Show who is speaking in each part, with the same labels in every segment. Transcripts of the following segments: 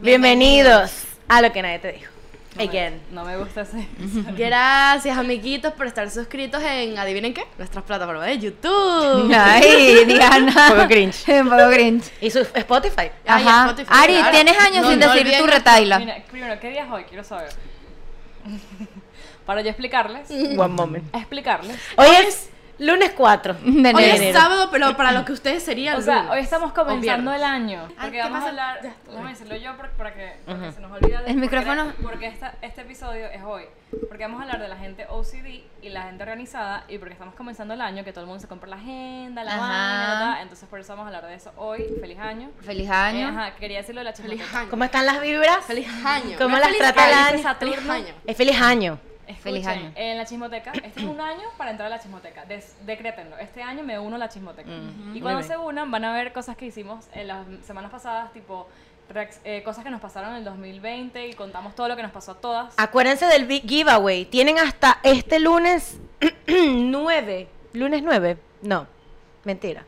Speaker 1: Bienvenidos a lo que nadie te dijo.
Speaker 2: No me-
Speaker 1: Again.
Speaker 2: No me gusta hacer
Speaker 3: Gracias, amiguitos, por estar suscritos en, adivinen qué, nuestras plataformas de YouTube.
Speaker 4: Ay, Diana.
Speaker 1: Poco cringe.
Speaker 4: Un poco cringe.
Speaker 1: Y su Spotify.
Speaker 3: Ay,
Speaker 4: Ajá.
Speaker 3: Spotify,
Speaker 4: Ari,
Speaker 3: claro.
Speaker 4: tienes años
Speaker 3: No,
Speaker 4: sin
Speaker 3: no
Speaker 4: decir
Speaker 3: olviden
Speaker 4: tu
Speaker 3: que-
Speaker 4: retaila.
Speaker 2: Mira, primero, ¿qué día es hoy? Quiero saber. Para yo explicarles,
Speaker 1: One moment.
Speaker 2: explicarles.
Speaker 1: Hoy es lunes 4.
Speaker 4: Ah. De
Speaker 3: Hoy es
Speaker 4: enero.
Speaker 3: sábado, pero para lo que ustedes serían
Speaker 2: O sea,
Speaker 3: lunes.
Speaker 2: hoy estamos comenzando el año.
Speaker 3: Ay,
Speaker 2: Porque
Speaker 3: Ah, ¿qué
Speaker 2: vamos a
Speaker 3: pasa?
Speaker 2: hablar.
Speaker 3: Ya.
Speaker 2: Vamos a decirlo yo por- para que, porque se nos olvida. de-
Speaker 4: El
Speaker 2: porque
Speaker 4: micrófono.
Speaker 2: era- Porque esta- este episodio es hoy. Porque vamos a hablar de la gente OCD y la gente organizada. Y porque estamos comenzando el año, que todo el mundo se compra la agenda, la
Speaker 4: Ajá.
Speaker 2: vaina, ta, ta. Entonces, por eso vamos a hablar de eso hoy. Feliz año.
Speaker 4: Feliz
Speaker 2: Eh,
Speaker 4: año.
Speaker 2: ajá, quería decirlo de la
Speaker 3: Feliz
Speaker 2: chismoteca.
Speaker 3: año.
Speaker 1: ¿Cómo están las vibras?
Speaker 3: Feliz año.
Speaker 1: ¿Cómo
Speaker 3: No es
Speaker 1: las
Speaker 3: feliz
Speaker 1: trata el
Speaker 3: año,
Speaker 1: año? Es
Speaker 3: es Feliz año.
Speaker 1: feliz año.
Speaker 2: Escuchen,
Speaker 4: Feliz año.
Speaker 2: En la chismoteca, este es un año para entrar a la chismoteca. Des- decrétenlo. Este año me uno a la chismoteca. Y cuando
Speaker 1: bien.
Speaker 2: se unan, van a ver cosas que hicimos en las semanas pasadas, tipo reac- eh, cosas que nos pasaron en el 2020 y contamos todo lo que nos pasó a todas.
Speaker 1: Acuérdense del big giveaway. Tienen hasta este lunes 9. ¿Lunes 9? No. Mentira.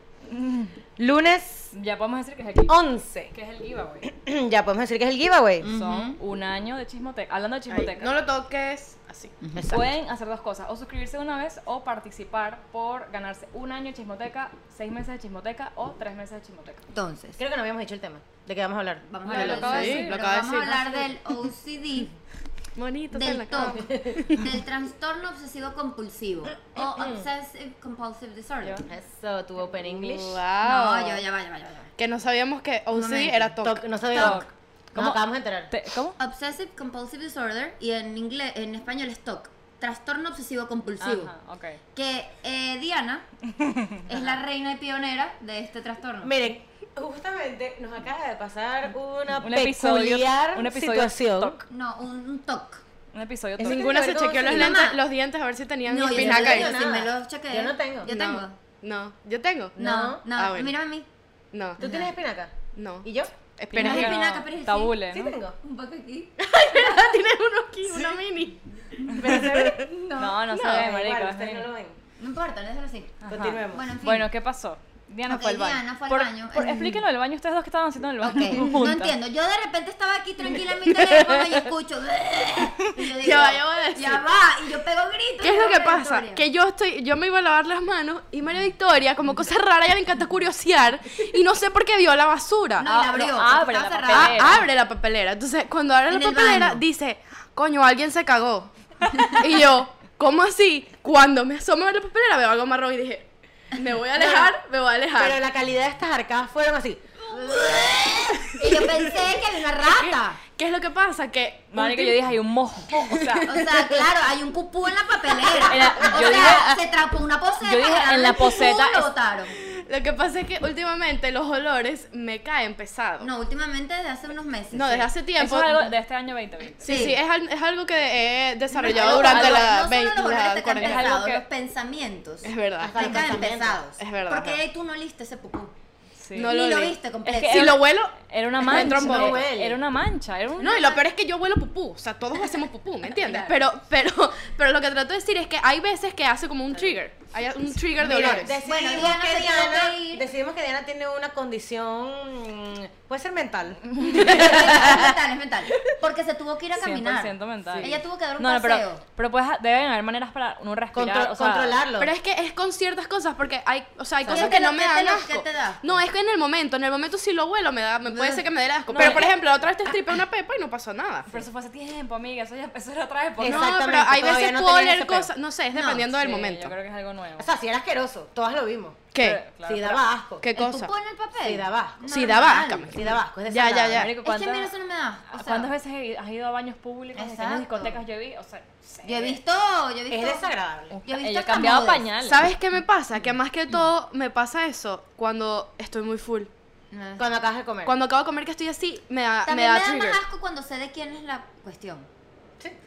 Speaker 1: Lunes
Speaker 2: Mm, Ya podemos decir que es el, gi-
Speaker 1: 11.
Speaker 2: que es el giveaway.
Speaker 1: Ya podemos decir que es el giveaway.
Speaker 4: Mm.
Speaker 2: Son un año de chismoteca. Hablando de
Speaker 3: Ay,
Speaker 2: chismoteca.
Speaker 3: no lo toques así.
Speaker 1: Exacto.
Speaker 2: Pueden hacer dos cosas, o suscribirse de una vez o participar por ganarse un año de chismoteca, seis meses de chismoteca o tres meses de chismoteca.
Speaker 4: Entonces,
Speaker 1: Creo que no habíamos dicho el tema. ¿De qué vamos a hablar?
Speaker 4: vamos
Speaker 2: Lo
Speaker 4: a hablar
Speaker 2: acabo de decir,
Speaker 3: lo
Speaker 4: Pero
Speaker 3: acabo de
Speaker 4: Vamos a
Speaker 3: decir.
Speaker 4: hablar del OCD,
Speaker 3: Bonito, está en la
Speaker 5: del
Speaker 3: cama.
Speaker 5: TOC, del trastorno obsesivo compulsivo o obsessive compulsive disorder.
Speaker 1: Eso, tu Open English.
Speaker 3: Wow.
Speaker 5: No, yo ya va, ya va, ya va.
Speaker 3: Que no sabíamos que OCD
Speaker 5: momento.
Speaker 3: era TOC.
Speaker 1: Toc, no sabíamos.
Speaker 2: Toc.
Speaker 1: Nos acabamos de enterar.
Speaker 2: Te- ¿Cómo?
Speaker 5: Obsessive compulsive disorder y en inglés, en español es TOC, trastorno obsesivo compulsivo.
Speaker 2: Ajá, ok.
Speaker 5: Que eh, Diana es la reina y pionera de este trastorno.
Speaker 1: Miren, justamente nos acaba de pasar una
Speaker 2: Un episodio-
Speaker 1: peculiar
Speaker 2: un episodio
Speaker 1: situación.
Speaker 2: toc.
Speaker 5: No, un, un TOC.
Speaker 2: Un episodio
Speaker 1: Es
Speaker 2: todo.
Speaker 1: ningún-
Speaker 3: Ninguna se
Speaker 1: Pero todo
Speaker 3: chequeó los,
Speaker 1: sí.
Speaker 3: lentes-
Speaker 5: Mamá.
Speaker 3: los dientes a ver si tenían
Speaker 5: No, yo sí
Speaker 3: espinaca.
Speaker 5: tengo,
Speaker 3: ahí.
Speaker 5: sí
Speaker 1: nada.
Speaker 5: me lo chequeé.
Speaker 1: Yo no tengo.
Speaker 5: Yo
Speaker 1: No.
Speaker 5: tengo.
Speaker 3: No, yo tengo.
Speaker 5: No, no,
Speaker 3: Ah, bueno.
Speaker 5: mírame a mí.
Speaker 3: No,
Speaker 1: ¿Tú tienes espinaca?
Speaker 3: no.
Speaker 1: ¿Y yo?
Speaker 3: Espinaca.
Speaker 5: Tienes espinaca, pero es así.
Speaker 2: Tabule,
Speaker 1: Sí
Speaker 2: ¿no?
Speaker 1: tengo.
Speaker 5: Un poco aquí.
Speaker 3: tienes uno aquí, una mini.
Speaker 2: No, no, se
Speaker 1: No,
Speaker 2: ve,
Speaker 1: Ah, igual,
Speaker 2: marico. es
Speaker 1: ustedes no
Speaker 2: bien.
Speaker 1: lo ven.
Speaker 5: No importa, déjalo así. Ah,
Speaker 2: Ajá.
Speaker 1: Continuemos.
Speaker 5: Bueno, en fin.
Speaker 2: Bueno, ¿qué pasó? Diana
Speaker 5: Ok,
Speaker 2: fue al baño.
Speaker 5: Diana fue al
Speaker 2: Por-
Speaker 5: baño.
Speaker 2: por- explíquenlo del baño, ustedes dos que estaban haciendo en el baño.
Speaker 5: Ok, no
Speaker 2: juntas.
Speaker 5: entiendo. Yo de repente estaba aquí tranquila en mi teléfono y escucho. Y yo digo,
Speaker 3: Ya va, ya voy a decir.
Speaker 5: "Ya va", Y yo pego gritos.
Speaker 3: ¿Qué es
Speaker 5: y
Speaker 3: lo que
Speaker 5: María
Speaker 3: pasa?
Speaker 5: Victoria.
Speaker 3: Que yo estoy, yo me iba a lavar las manos y María Victoria, como cosa rara, ya le encanta curiosear y no sé por qué vio la basura.
Speaker 5: No, y la
Speaker 2: Ah,
Speaker 5: abrió.
Speaker 2: no,
Speaker 5: porque
Speaker 2: abre
Speaker 5: estaba
Speaker 2: la
Speaker 5: cerrada.
Speaker 2: papelera.
Speaker 3: Ah, abre la papelera. Entonces, cuando abre la
Speaker 5: En el
Speaker 3: papelera,
Speaker 5: baño.
Speaker 3: dice, coño, alguien se cagó. y yo, ¿cómo así? Cuando me asomo a ver la papelera, veo algo marrón y dije, me voy a alejar, me voy a alejar.
Speaker 1: Pero la calidad de estas arcadas fueron así.
Speaker 5: Y yo pensé que había una rata.
Speaker 3: ¿Qué es lo que pasa? Que
Speaker 2: Marico,
Speaker 3: ultim-
Speaker 2: yo dije, hay un mojo. O sea,
Speaker 5: O sea, claro, hay un pupú en la papelera.
Speaker 2: Era-
Speaker 5: o
Speaker 2: yo
Speaker 3: ah,
Speaker 5: sea, se trapó una poseta.
Speaker 2: yo dije,
Speaker 5: agarraron
Speaker 2: en la
Speaker 5: el pupú,
Speaker 2: poseta
Speaker 5: Lo
Speaker 2: es-
Speaker 5: botaron.
Speaker 3: lo que pasa es que últimamente los olores me caen pesados.
Speaker 5: No, últimamente desde hace unos meses.
Speaker 3: No, desde hace tiempo.
Speaker 2: eso es algo de este año 2020.
Speaker 3: Sí,
Speaker 5: Sí.
Speaker 3: sí, es, al- es algo que he desarrollado
Speaker 2: Algo-
Speaker 3: durante
Speaker 2: algo-
Speaker 3: la,
Speaker 5: No
Speaker 3: vein-
Speaker 5: solo
Speaker 3: la
Speaker 5: los olores te caen
Speaker 3: cuarentena.
Speaker 2: algo
Speaker 5: pesados,
Speaker 2: que-
Speaker 5: los pensamientos.
Speaker 3: Es verdad.
Speaker 1: Hasta
Speaker 5: Te
Speaker 1: los
Speaker 5: caen
Speaker 1: pensamientos.
Speaker 5: pesados.
Speaker 3: Es verdad,
Speaker 5: Porque
Speaker 3: es
Speaker 5: tú no liste ese pupú.
Speaker 2: Sí.
Speaker 3: No lo
Speaker 5: Ni lo
Speaker 3: olí.
Speaker 5: viste completo.
Speaker 2: que-
Speaker 3: Si lo huelo.
Speaker 2: Era una
Speaker 3: me
Speaker 2: mancha.
Speaker 3: trompo.
Speaker 1: No huele.
Speaker 2: Era una mancha. Era un...
Speaker 3: No, y lo peor es que yo huelo pupú. O sea, todos hacemos pupú, ¿me entiendes? Pero, pero, pero lo que trato de decir es que hay veces que hace como un trigger. Hay un trigger de
Speaker 1: Mira,
Speaker 3: olores.
Speaker 1: decidimos,
Speaker 5: Bueno, Diana
Speaker 1: que
Speaker 5: se tuvo
Speaker 1: Diana,
Speaker 5: que ir.
Speaker 1: decidimos que Diana tiene una condición. mm, Puede ser mental.
Speaker 5: es mental, es mental. Porque se tuvo que ir a caminar.
Speaker 2: 100% mental.
Speaker 5: Ella tuvo que dar un
Speaker 2: no, no,
Speaker 5: paseo.
Speaker 2: pero, pero puedes, deben haber maneras para uno respirar.
Speaker 1: Contro-
Speaker 2: o sea,
Speaker 1: controlarlo.
Speaker 3: Pero es que es con ciertas cosas porque hay, o sea, hay
Speaker 5: ¿Qué
Speaker 3: cosas
Speaker 5: te
Speaker 3: que
Speaker 5: lo-
Speaker 3: no me
Speaker 5: qué te
Speaker 3: dan
Speaker 5: lo-
Speaker 3: asco.
Speaker 5: qué te da asco?
Speaker 3: No, es que en el momento, en el momento si lo huelo me da, me puede ser que me dé asco.
Speaker 2: No,
Speaker 3: pero por
Speaker 2: es-
Speaker 3: ejemplo, la otra vez te estripé una pepa y no pasó nada.
Speaker 2: Pero eso fue hace tiempo, amiga. Eso ya empezó la otra época.
Speaker 1: Exacto.
Speaker 3: No, pero
Speaker 1: Exactamente,
Speaker 3: hay
Speaker 1: todavía
Speaker 3: veces
Speaker 1: no
Speaker 3: puedo
Speaker 1: tenías
Speaker 3: oler
Speaker 1: ese peo.
Speaker 3: cosas, no sé, es dependiendo del
Speaker 2: Sí,
Speaker 3: momento.
Speaker 2: Yo creo que es algo nuevo.
Speaker 1: O sea, si era asqueroso, todas lo vimos.
Speaker 3: ¿Qué?
Speaker 2: Pero, claro,
Speaker 1: sí,
Speaker 2: pero-
Speaker 1: daba asco.
Speaker 3: ¿Qué
Speaker 5: ¿El
Speaker 3: cosa?
Speaker 5: pupú en el papel?
Speaker 1: Sí, daba asco.
Speaker 3: Sí, daba
Speaker 5: Normal.
Speaker 3: asco, me-
Speaker 1: Sí, daba asco. Es
Speaker 3: Ya, ya,
Speaker 1: desagradable.
Speaker 3: ya.
Speaker 2: Marico,
Speaker 5: Es que
Speaker 2: ¿cuántas-
Speaker 5: mira, eso no me da. asco, o sea,
Speaker 2: ¿Cuántas veces he- has ido a baños públicos, a
Speaker 5: Exacto.
Speaker 2: discotecas? Yo he vi, o sea, sé.
Speaker 5: Yo he visto, yo he
Speaker 1: Es
Speaker 5: visto.
Speaker 1: desagradable.
Speaker 5: Yo he
Speaker 2: Yo
Speaker 5: visto
Speaker 2: he cambiado
Speaker 5: escamodes.
Speaker 2: pañal.
Speaker 3: ¿Sabes qué me pasa? Que más que todo me pasa eso cuando estoy muy full.
Speaker 5: No.
Speaker 1: Cuando acabas de comer.
Speaker 3: Cuando acabo de comer que estoy así, me da, me
Speaker 5: También
Speaker 3: da
Speaker 5: me da
Speaker 3: trigger.
Speaker 5: más asco cuando sé de quién es la cuestión.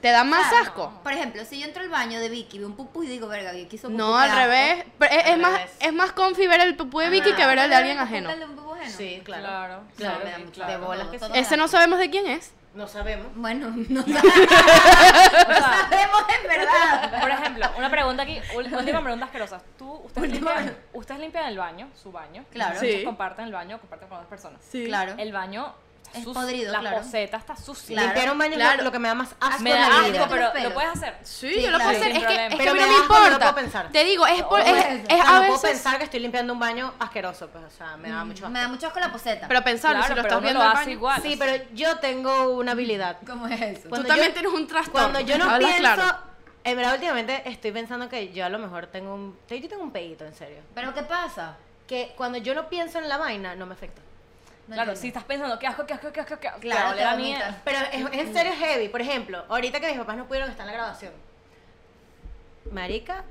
Speaker 3: ¿Te da más
Speaker 5: Claro.
Speaker 3: asco?
Speaker 5: Por ejemplo, si yo entro al baño de Vicky, veo un pupú y digo, verga, Vicky hizo pupú.
Speaker 3: No,
Speaker 5: qué
Speaker 3: al
Speaker 5: asco.
Speaker 3: revés. Pero es, es
Speaker 1: Al
Speaker 3: más,
Speaker 1: revés.
Speaker 3: es más confi ver el pupú de Vicky
Speaker 5: Ah,
Speaker 3: que ver el de
Speaker 5: ¿verdad?
Speaker 3: alguien
Speaker 5: ¿Un pupú
Speaker 3: ajeno.
Speaker 5: de un pupú ajeno?
Speaker 1: Sí, claro.
Speaker 2: Claro,
Speaker 5: Claro,
Speaker 2: claro,
Speaker 5: me da mucho
Speaker 2: claro.
Speaker 1: De bolas que
Speaker 5: todo,
Speaker 1: sí.
Speaker 5: todo
Speaker 3: Ese
Speaker 5: me da
Speaker 3: no sabemos de quién es.
Speaker 1: No sabemos.
Speaker 5: asco. Bueno, no sabemos,
Speaker 2: O sea,
Speaker 5: sabemos en verdad.
Speaker 2: por ejemplo, una pregunta aquí, ul- última pregunta asquerosa. ¿Tú, ustedes limpian, ustedes limpian el baño, su baño?
Speaker 5: Claro.
Speaker 2: Muchos
Speaker 3: Sí.
Speaker 2: comparten el baño, comparten con otras personas.
Speaker 3: Sí.
Speaker 5: Claro.
Speaker 2: El baño, o sea,
Speaker 5: Es
Speaker 2: sucia.
Speaker 5: podrido,
Speaker 2: la
Speaker 5: claro.
Speaker 2: poseta está sucia.
Speaker 5: Claro.
Speaker 1: Limpiar un baño es
Speaker 3: claro.
Speaker 1: lo- lo que me da más asco
Speaker 2: Me
Speaker 1: en
Speaker 2: da
Speaker 1: la
Speaker 5: Limpiarte
Speaker 2: asco,
Speaker 1: vida.
Speaker 2: pero
Speaker 5: los pelos.
Speaker 2: lo puedes hacer.
Speaker 3: Sí,
Speaker 5: Sí,
Speaker 3: yo lo puedo
Speaker 5: claro.
Speaker 3: hacer. Es
Speaker 2: Sin
Speaker 3: que, es
Speaker 2: problema.
Speaker 3: que a mí
Speaker 1: Pero
Speaker 3: no
Speaker 1: me
Speaker 3: me
Speaker 1: da asco, no lo puedo
Speaker 3: importa.
Speaker 1: pensar.
Speaker 3: Te digo, es, por-
Speaker 1: O
Speaker 3: es,
Speaker 1: sea,
Speaker 3: es
Speaker 1: Pues, o sea,
Speaker 3: a
Speaker 1: no puedo
Speaker 3: veces. Mm,
Speaker 1: pensar que estoy limpiando un baño asqueroso, pues, o sea, me da mucho asco.
Speaker 5: Me da mucho asco la poseta.
Speaker 3: Pero pensarlo,
Speaker 2: Claro,
Speaker 3: si lo
Speaker 2: pero
Speaker 3: estás
Speaker 2: uno
Speaker 3: viendo
Speaker 2: lo
Speaker 3: al
Speaker 2: hace
Speaker 3: baño.
Speaker 2: igual.
Speaker 1: Sí, pero yo tengo una habilidad.
Speaker 5: ¿Cómo es eso?
Speaker 1: Cuando
Speaker 3: Tú también
Speaker 1: yo-
Speaker 3: tienes un trastorno.
Speaker 1: Cuando yo no
Speaker 3: hablas
Speaker 1: pienso,
Speaker 3: claro.
Speaker 1: en verdad últimamente estoy pensando que yo a lo mejor tengo un, te- yo tengo un pedito, en serio,
Speaker 5: ¿Pero qué pasa?
Speaker 1: que cuando yo no pienso en la vaina no me afecta.
Speaker 5: No
Speaker 2: Claro,
Speaker 5: entiendo.
Speaker 2: si estás pensando, qué asco, qué asco, qué asco, qué asco. Claro,
Speaker 5: Claro, te
Speaker 2: le da
Speaker 5: vomitas.
Speaker 2: miedo.
Speaker 1: Pero es, es en serio heavy, por ejemplo, ahorita que mis papás no pudieron estar en la grabación. Marica,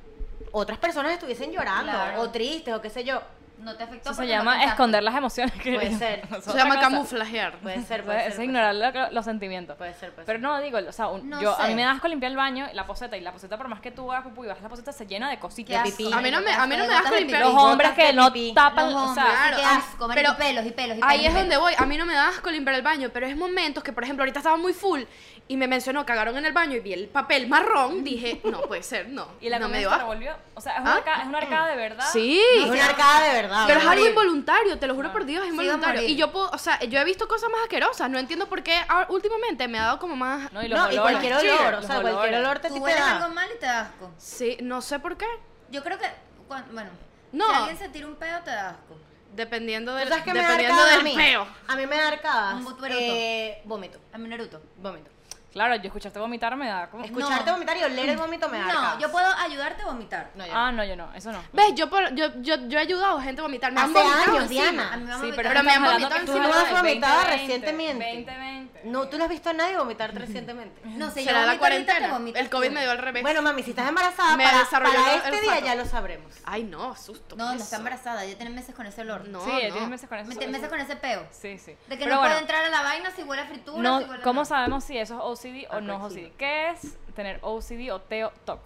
Speaker 1: otras personas estuviesen llorando
Speaker 5: Claro.
Speaker 1: o tristes o qué sé yo.
Speaker 5: No te
Speaker 2: Eso
Speaker 5: afectó.
Speaker 2: se
Speaker 5: porque no
Speaker 2: llama
Speaker 5: pensaste.
Speaker 2: esconder las emociones. que-
Speaker 1: Puede ser.
Speaker 2: es
Speaker 3: Se
Speaker 2: otra
Speaker 3: llama
Speaker 2: cosa.
Speaker 3: camuflajear.
Speaker 1: Puede ser, puede ser.
Speaker 2: Puede- Eso
Speaker 1: puede
Speaker 2: es
Speaker 1: ser.
Speaker 2: ignorar lo- los sentimientos.
Speaker 1: Puede ser, puede
Speaker 2: Pero
Speaker 1: ser.
Speaker 2: no, digo, o sea, un-
Speaker 5: No
Speaker 2: yo, a mí
Speaker 5: sé.
Speaker 2: me da asco limpiar el baño y la poseta. Y la poseta, por más que tú hagas pupú y bajas la poseta, se llena de
Speaker 5: Qué
Speaker 2: cositas.
Speaker 5: asco,
Speaker 1: pipí.
Speaker 5: marica,
Speaker 3: A mí no me-
Speaker 5: qué
Speaker 3: a mí no
Speaker 5: asco,
Speaker 3: me da
Speaker 5: gotas
Speaker 3: asco
Speaker 5: de
Speaker 3: limpiar
Speaker 5: pipí.
Speaker 2: Los hombres
Speaker 1: gotas
Speaker 2: que
Speaker 1: de
Speaker 2: no
Speaker 1: pipí.
Speaker 2: tapan,
Speaker 5: Los
Speaker 2: o sea,
Speaker 5: hombres.
Speaker 3: Claro,
Speaker 5: qué
Speaker 3: ah,
Speaker 5: asco, marica,
Speaker 3: pero
Speaker 5: y pelos, y pelos, y
Speaker 3: Ahí
Speaker 5: pelos,
Speaker 3: es
Speaker 5: y
Speaker 3: donde
Speaker 5: pelos.
Speaker 3: voy. A mí no me da asco limpiar el baño, pero es momentos que, por ejemplo, ahorita estaba muy full y me mencionó cagaron en el baño y vi el papel marrón. Dije, no puede ser, no.
Speaker 2: Y la
Speaker 3: no me
Speaker 2: comida
Speaker 3: dio
Speaker 2: se
Speaker 3: asco.
Speaker 2: revolvió. O sea, es una,
Speaker 3: ¿Ah?
Speaker 2: arcada, es una arcada de verdad.
Speaker 3: Sí.
Speaker 1: Es una arcada de verdad.
Speaker 3: Pero es
Speaker 1: ¿verdad?
Speaker 3: algo involuntario, te lo juro por Dios, es
Speaker 5: Sí, va a
Speaker 3: involuntario.
Speaker 5: morir.
Speaker 3: Y yo puedo, o sea, yo he visto cosas más asquerosas. No entiendo por qué ah, últimamente me ha dado como más.
Speaker 2: No, y los
Speaker 1: No, y
Speaker 2: olores.
Speaker 1: cualquier
Speaker 2: Sí,
Speaker 1: olor, o
Speaker 2: los
Speaker 1: sea, cualquier
Speaker 2: olores.
Speaker 1: olor te,
Speaker 5: Tú
Speaker 1: te
Speaker 5: hueles
Speaker 1: da.
Speaker 5: algo mal y te da asco.
Speaker 3: Sí, no sé por qué.
Speaker 5: Yo creo que, cuan- bueno,
Speaker 3: No.
Speaker 5: si alguien se tira un pedo, te da asco.
Speaker 3: Dependiendo
Speaker 1: ¿Tú
Speaker 3: del,
Speaker 1: sabes qué me da
Speaker 3: dependiendo
Speaker 1: arcadas a
Speaker 3: del
Speaker 1: mí?
Speaker 3: peo.
Speaker 1: A mí me da arcadas.
Speaker 5: Un botueroto.
Speaker 1: eh, vómito,
Speaker 5: A mí Naruto.
Speaker 1: vómito.
Speaker 2: Claro, yo escucharte vomitar me da como...
Speaker 1: Escucharte
Speaker 5: No.
Speaker 1: vomitar y oler el vómito me da
Speaker 5: No,
Speaker 1: arcadas.
Speaker 5: yo puedo ayudarte a vomitar.
Speaker 1: No, yo no.
Speaker 2: Mm. Ah, no, yo no, eso no.
Speaker 3: ¿Ves? Yo, por- yo, yo, yo he ayudado a gente a vomitar. Me han
Speaker 1: Hace
Speaker 3: vomitado
Speaker 1: años,
Speaker 3: encima.
Speaker 1: Diana.
Speaker 5: A mí me va a
Speaker 2: Sí,
Speaker 5: vomitar.
Speaker 2: pero
Speaker 3: Pero me han
Speaker 2: estamos hablando
Speaker 3: vomitado
Speaker 2: que
Speaker 1: encima.
Speaker 2: tú
Speaker 1: Tú no has
Speaker 2: eres
Speaker 1: vomitado
Speaker 2: 20,
Speaker 1: recientemente.
Speaker 2: 2020.
Speaker 1: No, tú no has visto a nadie vomitar recientemente.
Speaker 5: No, si yo
Speaker 3: Será la
Speaker 5: vomito ahorita, te
Speaker 3: cuarentena.
Speaker 5: vomitas
Speaker 3: El COVID
Speaker 5: tú.
Speaker 3: me dio al revés.
Speaker 1: Bueno, mami, si estás embarazada,
Speaker 3: Me
Speaker 1: para,
Speaker 3: desarrolló
Speaker 1: para
Speaker 3: el
Speaker 1: este
Speaker 3: olfato.
Speaker 1: día ya lo sabremos.
Speaker 3: Ay, no, susto.
Speaker 5: No, no
Speaker 3: eso.
Speaker 5: está embarazada, ya tiene meses con ese olor.
Speaker 3: No,
Speaker 2: sí,
Speaker 3: no.
Speaker 2: tienes meses con eso.
Speaker 5: Me- meses con ese peo.
Speaker 2: Sí, sí.
Speaker 5: De que
Speaker 2: Pero
Speaker 5: no
Speaker 2: bueno,
Speaker 5: puede entrar a la vaina si huele a fritura, si
Speaker 2: no,
Speaker 5: huele a
Speaker 2: ¿Cómo
Speaker 5: nada.
Speaker 2: sabemos si eso es OCD o no es OCD? ¿Qué es tener OCD o TO TOC?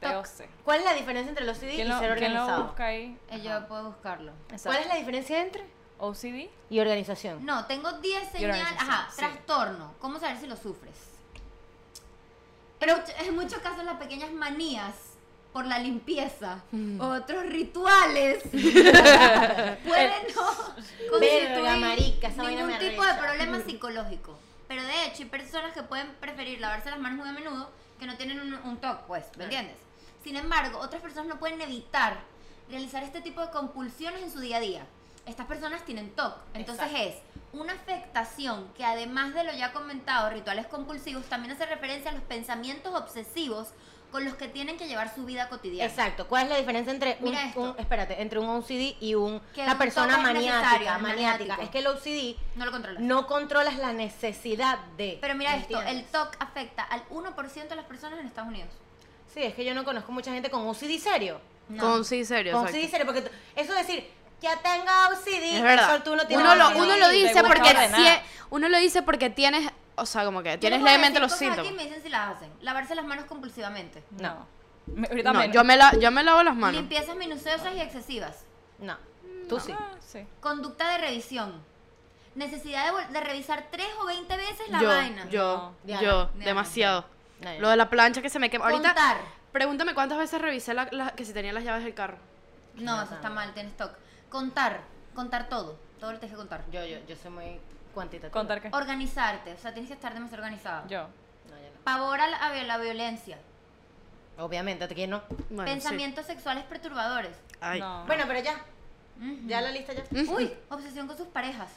Speaker 2: TOC.
Speaker 1: ¿Cuál es la diferencia entre los CD y
Speaker 2: ¿Quién lo,
Speaker 1: ser
Speaker 2: quién lo
Speaker 1: organizado?
Speaker 2: busca ahí?
Speaker 5: Eh, Yo puedo buscarlo.
Speaker 1: ¿Cuál es la diferencia entre?
Speaker 2: OCD.
Speaker 1: Y organización.
Speaker 5: No, tengo 10 señales.
Speaker 2: organización,
Speaker 5: Ajá,
Speaker 2: sí.
Speaker 5: trastorno. ¿Cómo saber si lo sufres?
Speaker 1: Pero-
Speaker 5: Pero en muchos casos las pequeñas manías por la limpieza,
Speaker 1: Mm.
Speaker 5: otros rituales, pueden no
Speaker 1: Verga,
Speaker 5: constituir
Speaker 1: marica, esa vaina
Speaker 5: ningún
Speaker 1: me
Speaker 5: tipo de
Speaker 1: arrecha. Mm.
Speaker 5: problema psicológico. Pero de hecho hay personas que pueden preferir lavarse las manos muy a menudo que no tienen un, un toque, pues, ¿me entiendes? Sin embargo, otras personas no pueden evitar realizar este tipo de compulsiones en su día a día. Estas personas tienen TOC, entonces es una afectación que además de lo ya comentado, rituales compulsivos, también hace referencia a los pensamientos obsesivos con los que tienen que llevar su vida cotidiana.
Speaker 1: Exacto. ¿Cuál es la diferencia entre un,
Speaker 5: Mira esto.
Speaker 1: un- espérate, entre un OCD y un,
Speaker 5: Que
Speaker 1: una
Speaker 5: un
Speaker 1: persona
Speaker 5: toque es necesario,
Speaker 1: maniática,
Speaker 5: es
Speaker 1: maniática?
Speaker 5: maniático.
Speaker 1: Es que el OCD
Speaker 5: No lo controlas.
Speaker 1: no controlas la necesidad de.
Speaker 5: Pero mira esto,
Speaker 1: ¿entiendes?
Speaker 5: el TOC afecta al 1% de las personas en Estados Unidos.
Speaker 1: Sí, es que yo no conozco mucha gente con OCD serio.
Speaker 5: No.
Speaker 3: Con sí, serio.
Speaker 1: Con
Speaker 3: exacto.
Speaker 1: OCD serio, porque tú- eso es decir, ya tenga OCD,
Speaker 3: Es verdad.
Speaker 1: eso tú no tienes
Speaker 3: uno, lo,
Speaker 1: OCD.
Speaker 3: uno lo
Speaker 2: te
Speaker 3: dice
Speaker 2: gusta
Speaker 3: porque
Speaker 2: ordenar.
Speaker 3: sí es- uno lo dice porque tienes, o sea, como que
Speaker 5: Yo
Speaker 3: tienes
Speaker 5: les voy a
Speaker 3: levemente
Speaker 5: decir
Speaker 3: los
Speaker 5: cosas
Speaker 3: síntomas.
Speaker 5: Aquí y me dicen si las hacen. Lavarse las manos compulsivamente.
Speaker 2: No. Me- Ahorita
Speaker 3: No,
Speaker 2: menos.
Speaker 3: yo me, la, yo me lavo las manos.
Speaker 5: Limpiezas minuciosas y excesivas.
Speaker 1: No, tú sí.
Speaker 2: Ah, sí.
Speaker 5: Conducta de revisión. Necesidad de, vol- de revisar 3 o 20 veces la
Speaker 3: yo,
Speaker 5: vaina.
Speaker 3: yo,
Speaker 1: Diana,
Speaker 3: yo,
Speaker 5: Diana,
Speaker 3: demasiado.
Speaker 1: No, yo
Speaker 3: Lo de la plancha que se me quema. Ahorita,
Speaker 5: Contar.
Speaker 3: pregúntame cuántas veces revisé la, la- que si tenía las llaves del carro.
Speaker 5: No, eso está mal, tienes TOC. Contar. Contar todo. Todo lo tienes que contar.
Speaker 1: no. yo, yo, yo soy muy cuantitativa.
Speaker 2: ¿Contar qué?
Speaker 5: Organizarte. O sea, tienes que estar demasiado organizada.
Speaker 2: Yo.
Speaker 1: No, yo no.
Speaker 5: Pavor a la, a la violencia.
Speaker 1: Obviamente, ¿te quién no?
Speaker 3: Bueno, sí.
Speaker 5: Pensamientos sexuales perturbadores.
Speaker 3: Ay.
Speaker 2: No.
Speaker 1: Bueno, pero ya.
Speaker 5: Ujú.
Speaker 1: Ya la lista ya.
Speaker 5: Uy, obsesión con sus parejas.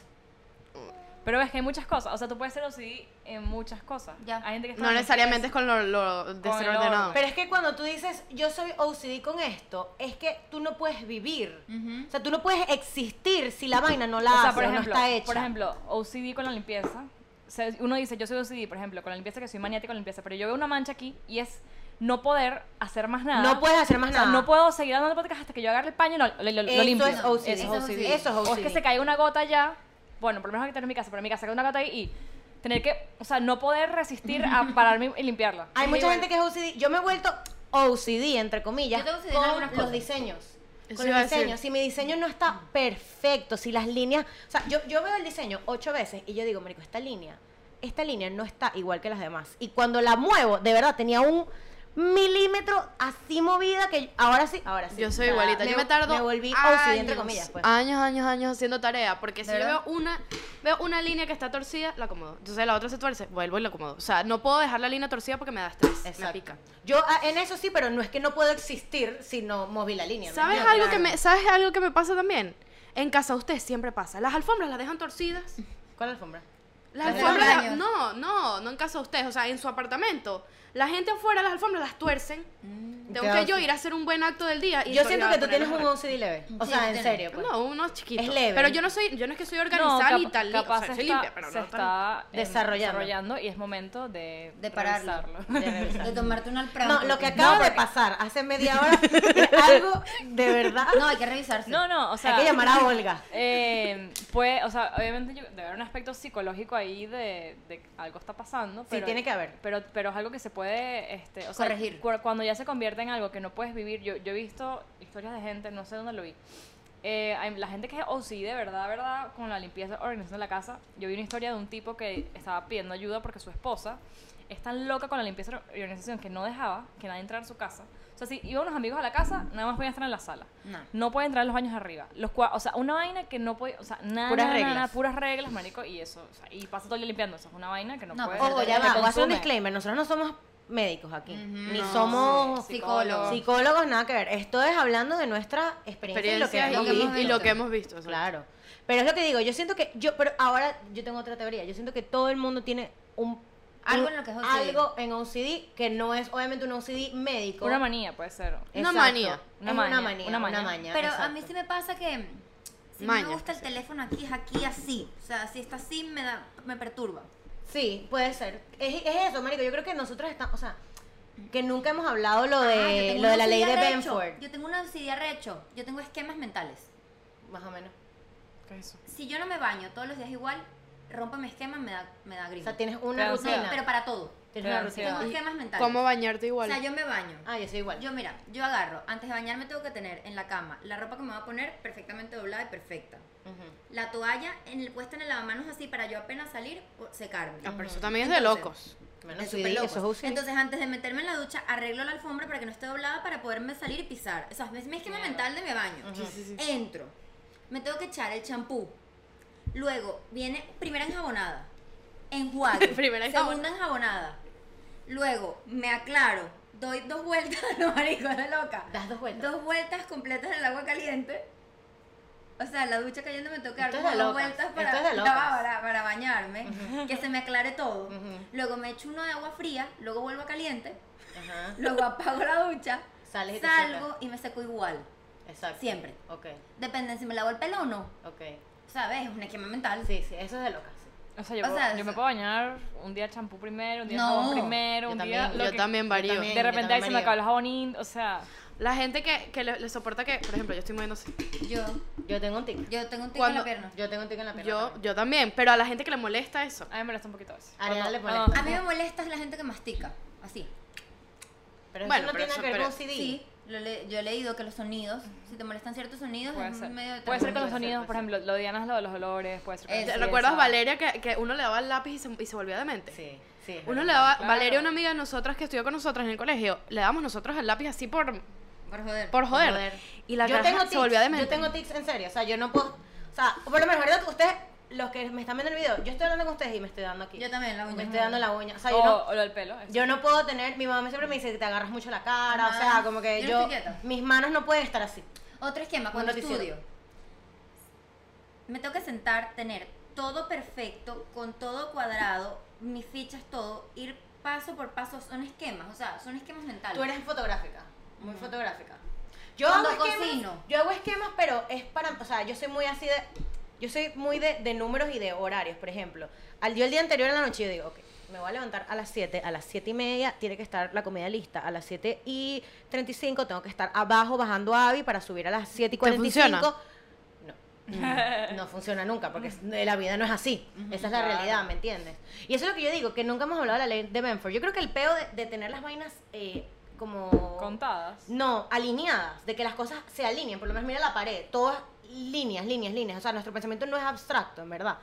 Speaker 2: Pero ves que hay muchas cosas. O sea, tú puedes ser OCD en muchas cosas.
Speaker 5: Ya.
Speaker 2: Hay gente que está
Speaker 3: No
Speaker 2: en
Speaker 3: necesariamente es con lo, lo de
Speaker 2: Con
Speaker 3: ser
Speaker 2: el
Speaker 3: ordenado.
Speaker 2: orden.
Speaker 1: Pero es que cuando tú dices, yo soy OCD con esto, es que tú no puedes vivir.
Speaker 5: Ujú.
Speaker 1: O sea, tú no puedes existir si la vaina no la
Speaker 2: O sea,
Speaker 1: hace,
Speaker 2: por
Speaker 1: o
Speaker 2: ejemplo,
Speaker 1: Ah, no está hecha.
Speaker 2: por ejemplo, OCD con la limpieza. O sea, uno dice, yo soy OCD, por ejemplo, con la limpieza, que soy maniática con la limpieza, pero yo veo una mancha aquí y es no poder hacer más nada.
Speaker 1: no puedes hacer más
Speaker 2: O sea,
Speaker 1: nada.
Speaker 2: no puedo seguir dando podcast hasta que yo agarre el paño y lo, lo- lo- lo
Speaker 1: Eso
Speaker 2: limpio.
Speaker 1: es OCD.
Speaker 2: Eso es OCD.
Speaker 1: Eso es
Speaker 2: O es que
Speaker 1: OCD.
Speaker 2: se caiga una gota ya. Bueno, por lo menos hay que tener en mi casa, pero en mi casa cae una gota ahí y tener que, o sea, no poder resistir a pararme y limpiarla.
Speaker 1: Hay mucha gente que es OCD. Yo me he vuelto OCD, entre comillas,
Speaker 5: Yo tengo OCD en
Speaker 1: con
Speaker 5: algunas
Speaker 1: los
Speaker 5: cosas.
Speaker 1: diseños.
Speaker 3: Eso
Speaker 1: Con
Speaker 3: iba a
Speaker 1: los
Speaker 3: decir.
Speaker 1: diseños. Si mi diseño no está perfecto, si las líneas... O sea, yo, yo veo el diseño ocho veces y yo digo, marico, esta línea, esta línea no está igual que las demás. Y cuando la muevo, de verdad, tenía un... milímetro así movida que ahora sí, ahora sí.
Speaker 3: Yo
Speaker 1: O
Speaker 3: soy
Speaker 1: sea,
Speaker 3: igualita. Yo
Speaker 1: vo-
Speaker 3: me tardo
Speaker 1: Me volví
Speaker 3: años, Ah,
Speaker 1: OCD, entre comillas, pues.
Speaker 3: años, años, años haciendo tarea. Porque si yo
Speaker 5: ¿Verdad?
Speaker 3: veo una, veo una línea que está torcida, la acomodo. Entonces la otra se tuerce, vuelvo y la acomodo. O sea, no puedo dejar la línea torcida porque me da estrés. Me
Speaker 1: Exacto.
Speaker 3: pica.
Speaker 1: Yo ah, en eso sí, pero no es que no puedo existir si no moví la línea. ¿me
Speaker 3: ¿Sabes
Speaker 1: entiendes?
Speaker 3: algo, que
Speaker 1: Claro.
Speaker 3: me, ¿Sabes algo que me pasa también? En casa usted siempre pasa. Las alfombras las dejan torcidas.
Speaker 1: ¿Cuál alfombra?
Speaker 3: Las
Speaker 5: Las de
Speaker 3: alfombras.
Speaker 5: los baños.
Speaker 3: no, no, no en casa de ustedes, o sea, en su apartamento. La gente afuera las alfombras las tuercen. Tengo
Speaker 1: Claro,
Speaker 3: que yo
Speaker 1: sí.
Speaker 3: ir a hacer un buen acto del día. Y
Speaker 1: Mm. Yo
Speaker 3: to-
Speaker 1: siento
Speaker 3: y
Speaker 1: que
Speaker 3: a
Speaker 1: tú tienes un
Speaker 3: ponerlas
Speaker 1: OCD leve. O
Speaker 5: Sí,
Speaker 1: sea,
Speaker 5: lo
Speaker 1: en
Speaker 5: tengo.
Speaker 1: serio, pues.
Speaker 3: No, uno chiquito.
Speaker 1: Es leve.
Speaker 3: Pero yo no soy, yo no es que soy
Speaker 2: No,
Speaker 3: organizada ni
Speaker 2: capa-
Speaker 3: tal, li-
Speaker 2: capaz
Speaker 3: o sea,
Speaker 2: se
Speaker 3: soy
Speaker 2: está,
Speaker 3: limpia, pero
Speaker 2: se
Speaker 3: no tan-
Speaker 2: está em,
Speaker 1: Desarrollando.
Speaker 2: desarrollando y es momento de,
Speaker 5: De pararlo.
Speaker 2: revisarlo.
Speaker 5: De tomarte un alprazolam.
Speaker 1: No, lo que acaba de pasar hace media hora es algo de verdad.
Speaker 5: No, hay que revisarse.
Speaker 2: No, no, o sea.
Speaker 1: Hay que llamar a Olga.
Speaker 2: eh, pues, o sea, obviamente yo- debe haber un aspecto psicológico ahí de, de que algo está pasando.
Speaker 1: Sí,
Speaker 2: Pero,
Speaker 1: tiene que haber.
Speaker 2: Pero, pero es algo que se puede, este, o sea,
Speaker 5: Corregir.
Speaker 2: cu- cuando ya se convierte en algo que no puedes vivir. Yo, yo he visto historias de gente, no sé dónde lo vi. Eh, hay la gente que es sí de verdad, verdad, con la limpieza, organización de la casa. Yo vi una historia de un tipo que estaba pidiendo ayuda porque su esposa es tan loca con la limpieza y organización que no dejaba que nadie entrara a su casa. O sea, si iban unos amigos a la casa, nada más podían estar en la sala.
Speaker 5: No.
Speaker 2: pueden entrar en los baños arriba. Los cua- o sea, una vaina que no puede, o sea, nada,
Speaker 1: Puras
Speaker 2: nada,
Speaker 1: reglas.
Speaker 2: nada, puras reglas, marico, y eso, o sea, y pasa todo el día limpiando, eso es una vaina que no,
Speaker 5: No,
Speaker 2: puede.
Speaker 5: pues,
Speaker 1: Ojo, ya
Speaker 5: Me
Speaker 1: va, voy a hacer un
Speaker 2: consume.
Speaker 1: disclaimer. Nosotros no somos médicos aquí.
Speaker 5: Ujú.
Speaker 1: Ni
Speaker 3: No,
Speaker 1: somos
Speaker 5: sí, psicólogos. sí.
Speaker 1: psicólogos, nada que ver. Esto es hablando de nuestra experiencia, y lo que
Speaker 3: Experiencias
Speaker 1: hemos
Speaker 3: y,
Speaker 1: visto.
Speaker 3: y lo que hemos visto. o sea.
Speaker 1: Claro. Pero es lo que digo, yo siento que yo, pero ahora yo tengo otra teoría. Yo siento que todo el mundo tiene un
Speaker 5: Algo
Speaker 1: un-
Speaker 5: en lo que es OCD.
Speaker 1: algo en OCD que no es obviamente un OCD médico.
Speaker 2: Una manía puede ser.
Speaker 3: Una
Speaker 1: Exacto.
Speaker 3: manía.
Speaker 2: Una
Speaker 1: Es
Speaker 2: maña,
Speaker 1: Una manía.
Speaker 2: una
Speaker 1: Una
Speaker 2: maña.
Speaker 1: maña.
Speaker 5: Pero a
Speaker 1: exacto.
Speaker 5: mí sí me pasa que si
Speaker 3: Maña,
Speaker 5: me gusta el teléfono aquí, es aquí así. O sea, si está así, me, da, me perturba.
Speaker 1: Sí, puede ser. Es, es eso, marico. Yo creo que nosotros estamos, o sea, que nunca hemos hablado lo
Speaker 5: Ah, yo
Speaker 1: de
Speaker 5: tengo
Speaker 1: lo de
Speaker 5: un
Speaker 1: la ley de
Speaker 5: auxiliar recho.
Speaker 1: Benford.
Speaker 5: Yo tengo una auxiliar recho. Yo tengo esquemas mentales.
Speaker 1: Más o menos.
Speaker 2: ¿Qué es eso?
Speaker 5: Si yo no me baño todos los días igual, rompo mi esquema, me da, me da
Speaker 1: O
Speaker 5: gringo.
Speaker 1: sea, tienes una
Speaker 2: Pero, o
Speaker 5: No,
Speaker 1: rutina.
Speaker 5: pero para todo.
Speaker 1: tienes una
Speaker 2: pero,
Speaker 1: rutina.
Speaker 5: Tengo
Speaker 2: Ah.
Speaker 5: esquemas mentales.
Speaker 3: ¿Cómo bañarte
Speaker 5: O
Speaker 3: igual?
Speaker 5: sea, yo me baño.
Speaker 1: Ah, yo soy igual.
Speaker 5: Yo, mira, yo agarro. Antes de bañarme tengo que tener en la cama la ropa que me voy a poner perfectamente doblada y perfecta.
Speaker 1: Ujú.
Speaker 5: La toalla en el, puesta en el lavamanos así para yo apenas salir, po- secarme.
Speaker 3: Ah, pero eso también es de
Speaker 5: Entonces,
Speaker 3: locos.
Speaker 1: Bueno,
Speaker 5: es
Speaker 1: sí,
Speaker 5: súper
Speaker 1: eso
Speaker 5: loco.
Speaker 1: es OCD.
Speaker 5: Entonces, antes de meterme en la ducha, arreglo la alfombra para que no esté doblada para poderme salir y pisar. O sea, es mi esquema mental de mi baño. Entro. Me tengo que echar el champú. Luego viene primera enjabonada. Enjuague.
Speaker 3: Primera
Speaker 5: segunda enjabonada. Luego me aclaro. Doy dos vueltas. No, marico, de loca.
Speaker 1: Das dos vueltas.
Speaker 5: Dos vueltas completas del agua caliente. O sea, en la ducha cayendo me toca
Speaker 1: Esto es
Speaker 5: dar como
Speaker 1: de
Speaker 5: dos
Speaker 1: locas,
Speaker 5: vueltas
Speaker 1: esto
Speaker 5: para,
Speaker 1: es de
Speaker 5: no,
Speaker 1: locas.
Speaker 5: para, para bañarme, que se me aclare todo.
Speaker 1: Ujú.
Speaker 5: Luego me echo uno de agua fría, luego vuelvo a caliente,
Speaker 1: Ajá.
Speaker 5: luego apago la ducha,
Speaker 1: Sales y te
Speaker 5: salgo y me seco igual.
Speaker 1: Exacto.
Speaker 5: Siempre.
Speaker 1: Ok,
Speaker 5: Depende si me lavo el pelo o no.
Speaker 1: ok.
Speaker 5: ¿Sabes? Es un esquema mental.
Speaker 1: Sí, sí, eso es de locas. sí.
Speaker 2: O sea, yo,
Speaker 5: O
Speaker 2: puedo-
Speaker 5: sea,
Speaker 2: yo
Speaker 5: es-
Speaker 2: me puedo bañar un día champú primero, un día
Speaker 5: No,
Speaker 2: jabón primero,
Speaker 1: yo
Speaker 2: un
Speaker 1: también,
Speaker 2: día. lo
Speaker 3: Yo
Speaker 2: que-
Speaker 3: también varío.
Speaker 1: también.
Speaker 2: De repente ahí
Speaker 1: yo
Speaker 2: se me
Speaker 1: varío.
Speaker 2: acaba el jabonín, o sea.
Speaker 3: La gente que, que le, le soporta que, por ejemplo, yo estoy moviéndose.
Speaker 5: Yo,
Speaker 1: Yo tengo un tic.
Speaker 5: yo tengo un tic
Speaker 3: Cuando-
Speaker 5: en la pierna.
Speaker 1: Yo tengo un tic en la pierna.
Speaker 3: Yo,
Speaker 1: también.
Speaker 3: yo también, pero a la gente que le molesta eso.
Speaker 2: A mí me molesta un poquito eso.
Speaker 1: A Ariana le
Speaker 2: Cuando-
Speaker 1: molesta.
Speaker 5: A mí me molesta la gente que mastica, así.
Speaker 1: Pero
Speaker 3: Bueno,
Speaker 1: eso no
Speaker 3: pero
Speaker 1: tiene
Speaker 3: eso-
Speaker 1: que ver
Speaker 3: pero-
Speaker 1: con OCD.
Speaker 5: Sí, lo le- yo he leído que los sonidos, si te molestan ciertos sonidos,
Speaker 2: Puede
Speaker 5: es
Speaker 2: ser.
Speaker 5: medio de
Speaker 2: Puede ser con
Speaker 5: tabú.
Speaker 2: los sonidos, por ejemplo, lo de Diana es lo de los olores, puede ser con
Speaker 5: Eso.
Speaker 2: la limpieza.
Speaker 3: ¿Te Eh, ¿Recuerdas Valeria que, que uno le daba el lápiz y se, y se volvía demente?
Speaker 1: Sí, sí. es
Speaker 3: Uno
Speaker 1: verdad.
Speaker 3: le daba,
Speaker 2: Claro.
Speaker 3: Valeria, una amiga de nosotras que estudió con nosotras en el colegio, le damos nosotros el lápiz así por,
Speaker 5: Por joder.
Speaker 3: por joder.
Speaker 1: joder.
Speaker 3: Y la
Speaker 1: yo
Speaker 3: caraja
Speaker 1: tengo tics,
Speaker 3: se volvía demente.
Speaker 1: Yo tengo tics en serio. O sea, yo no puedo. O sea, por lo menos, ¿verdad? Que ustedes, los que me están viendo el video, yo estoy hablando con ustedes y me estoy dando aquí.
Speaker 5: Yo también, la uña.
Speaker 1: Me estoy dando la uña. O sea, yo
Speaker 2: o,
Speaker 3: Oh.
Speaker 1: no.
Speaker 2: o lo del pelo. eso.
Speaker 1: Yo no puedo tener, mi mamá siempre me dice que te agarras mucho la cara,
Speaker 5: Ajá.
Speaker 1: o sea, como que
Speaker 5: Yo no
Speaker 1: yo,
Speaker 5: estoy quieta.
Speaker 1: mis manos no pueden estar así.
Speaker 5: Otro esquema, cuando
Speaker 1: Un noticiero.
Speaker 5: estudio. Me toca sentar, tener todo perfecto, con todo cuadrado, mis fichas, todo, ir paso por paso, son esquemas, o sea, son esquemas mentales.
Speaker 1: Tú eres fotográfica, muy fotográfica. Yo
Speaker 5: Cuando
Speaker 1: hago esquemas,
Speaker 5: cocino.
Speaker 1: yo hago esquemas, pero es para, o sea, yo soy muy así de, yo soy muy de, de números y de horarios, por ejemplo. Al yo el día anterior en la noche yo digo, ok, me voy a levantar a las 7, a las 7 y media tiene que estar la comida lista, a las 7 y 35 tengo que estar abajo bajando a Abby para subir a las 7 y
Speaker 3: ¿Te
Speaker 1: 45.
Speaker 3: funciona?
Speaker 1: No. No funciona nunca, porque es- la vida no es así. Esa es la
Speaker 2: Claro.
Speaker 1: realidad, ¿me entiendes? Y eso es lo que yo digo, que nunca hemos hablado de la ley de Benford. Yo creo que el peo de, de tener las vainas eh, como...
Speaker 2: Contadas.
Speaker 1: No, alineadas, de que las cosas se alineen. Por lo menos mira la pared, todas líneas, líneas, líneas. O sea, nuestro pensamiento no es abstracto, en verdad.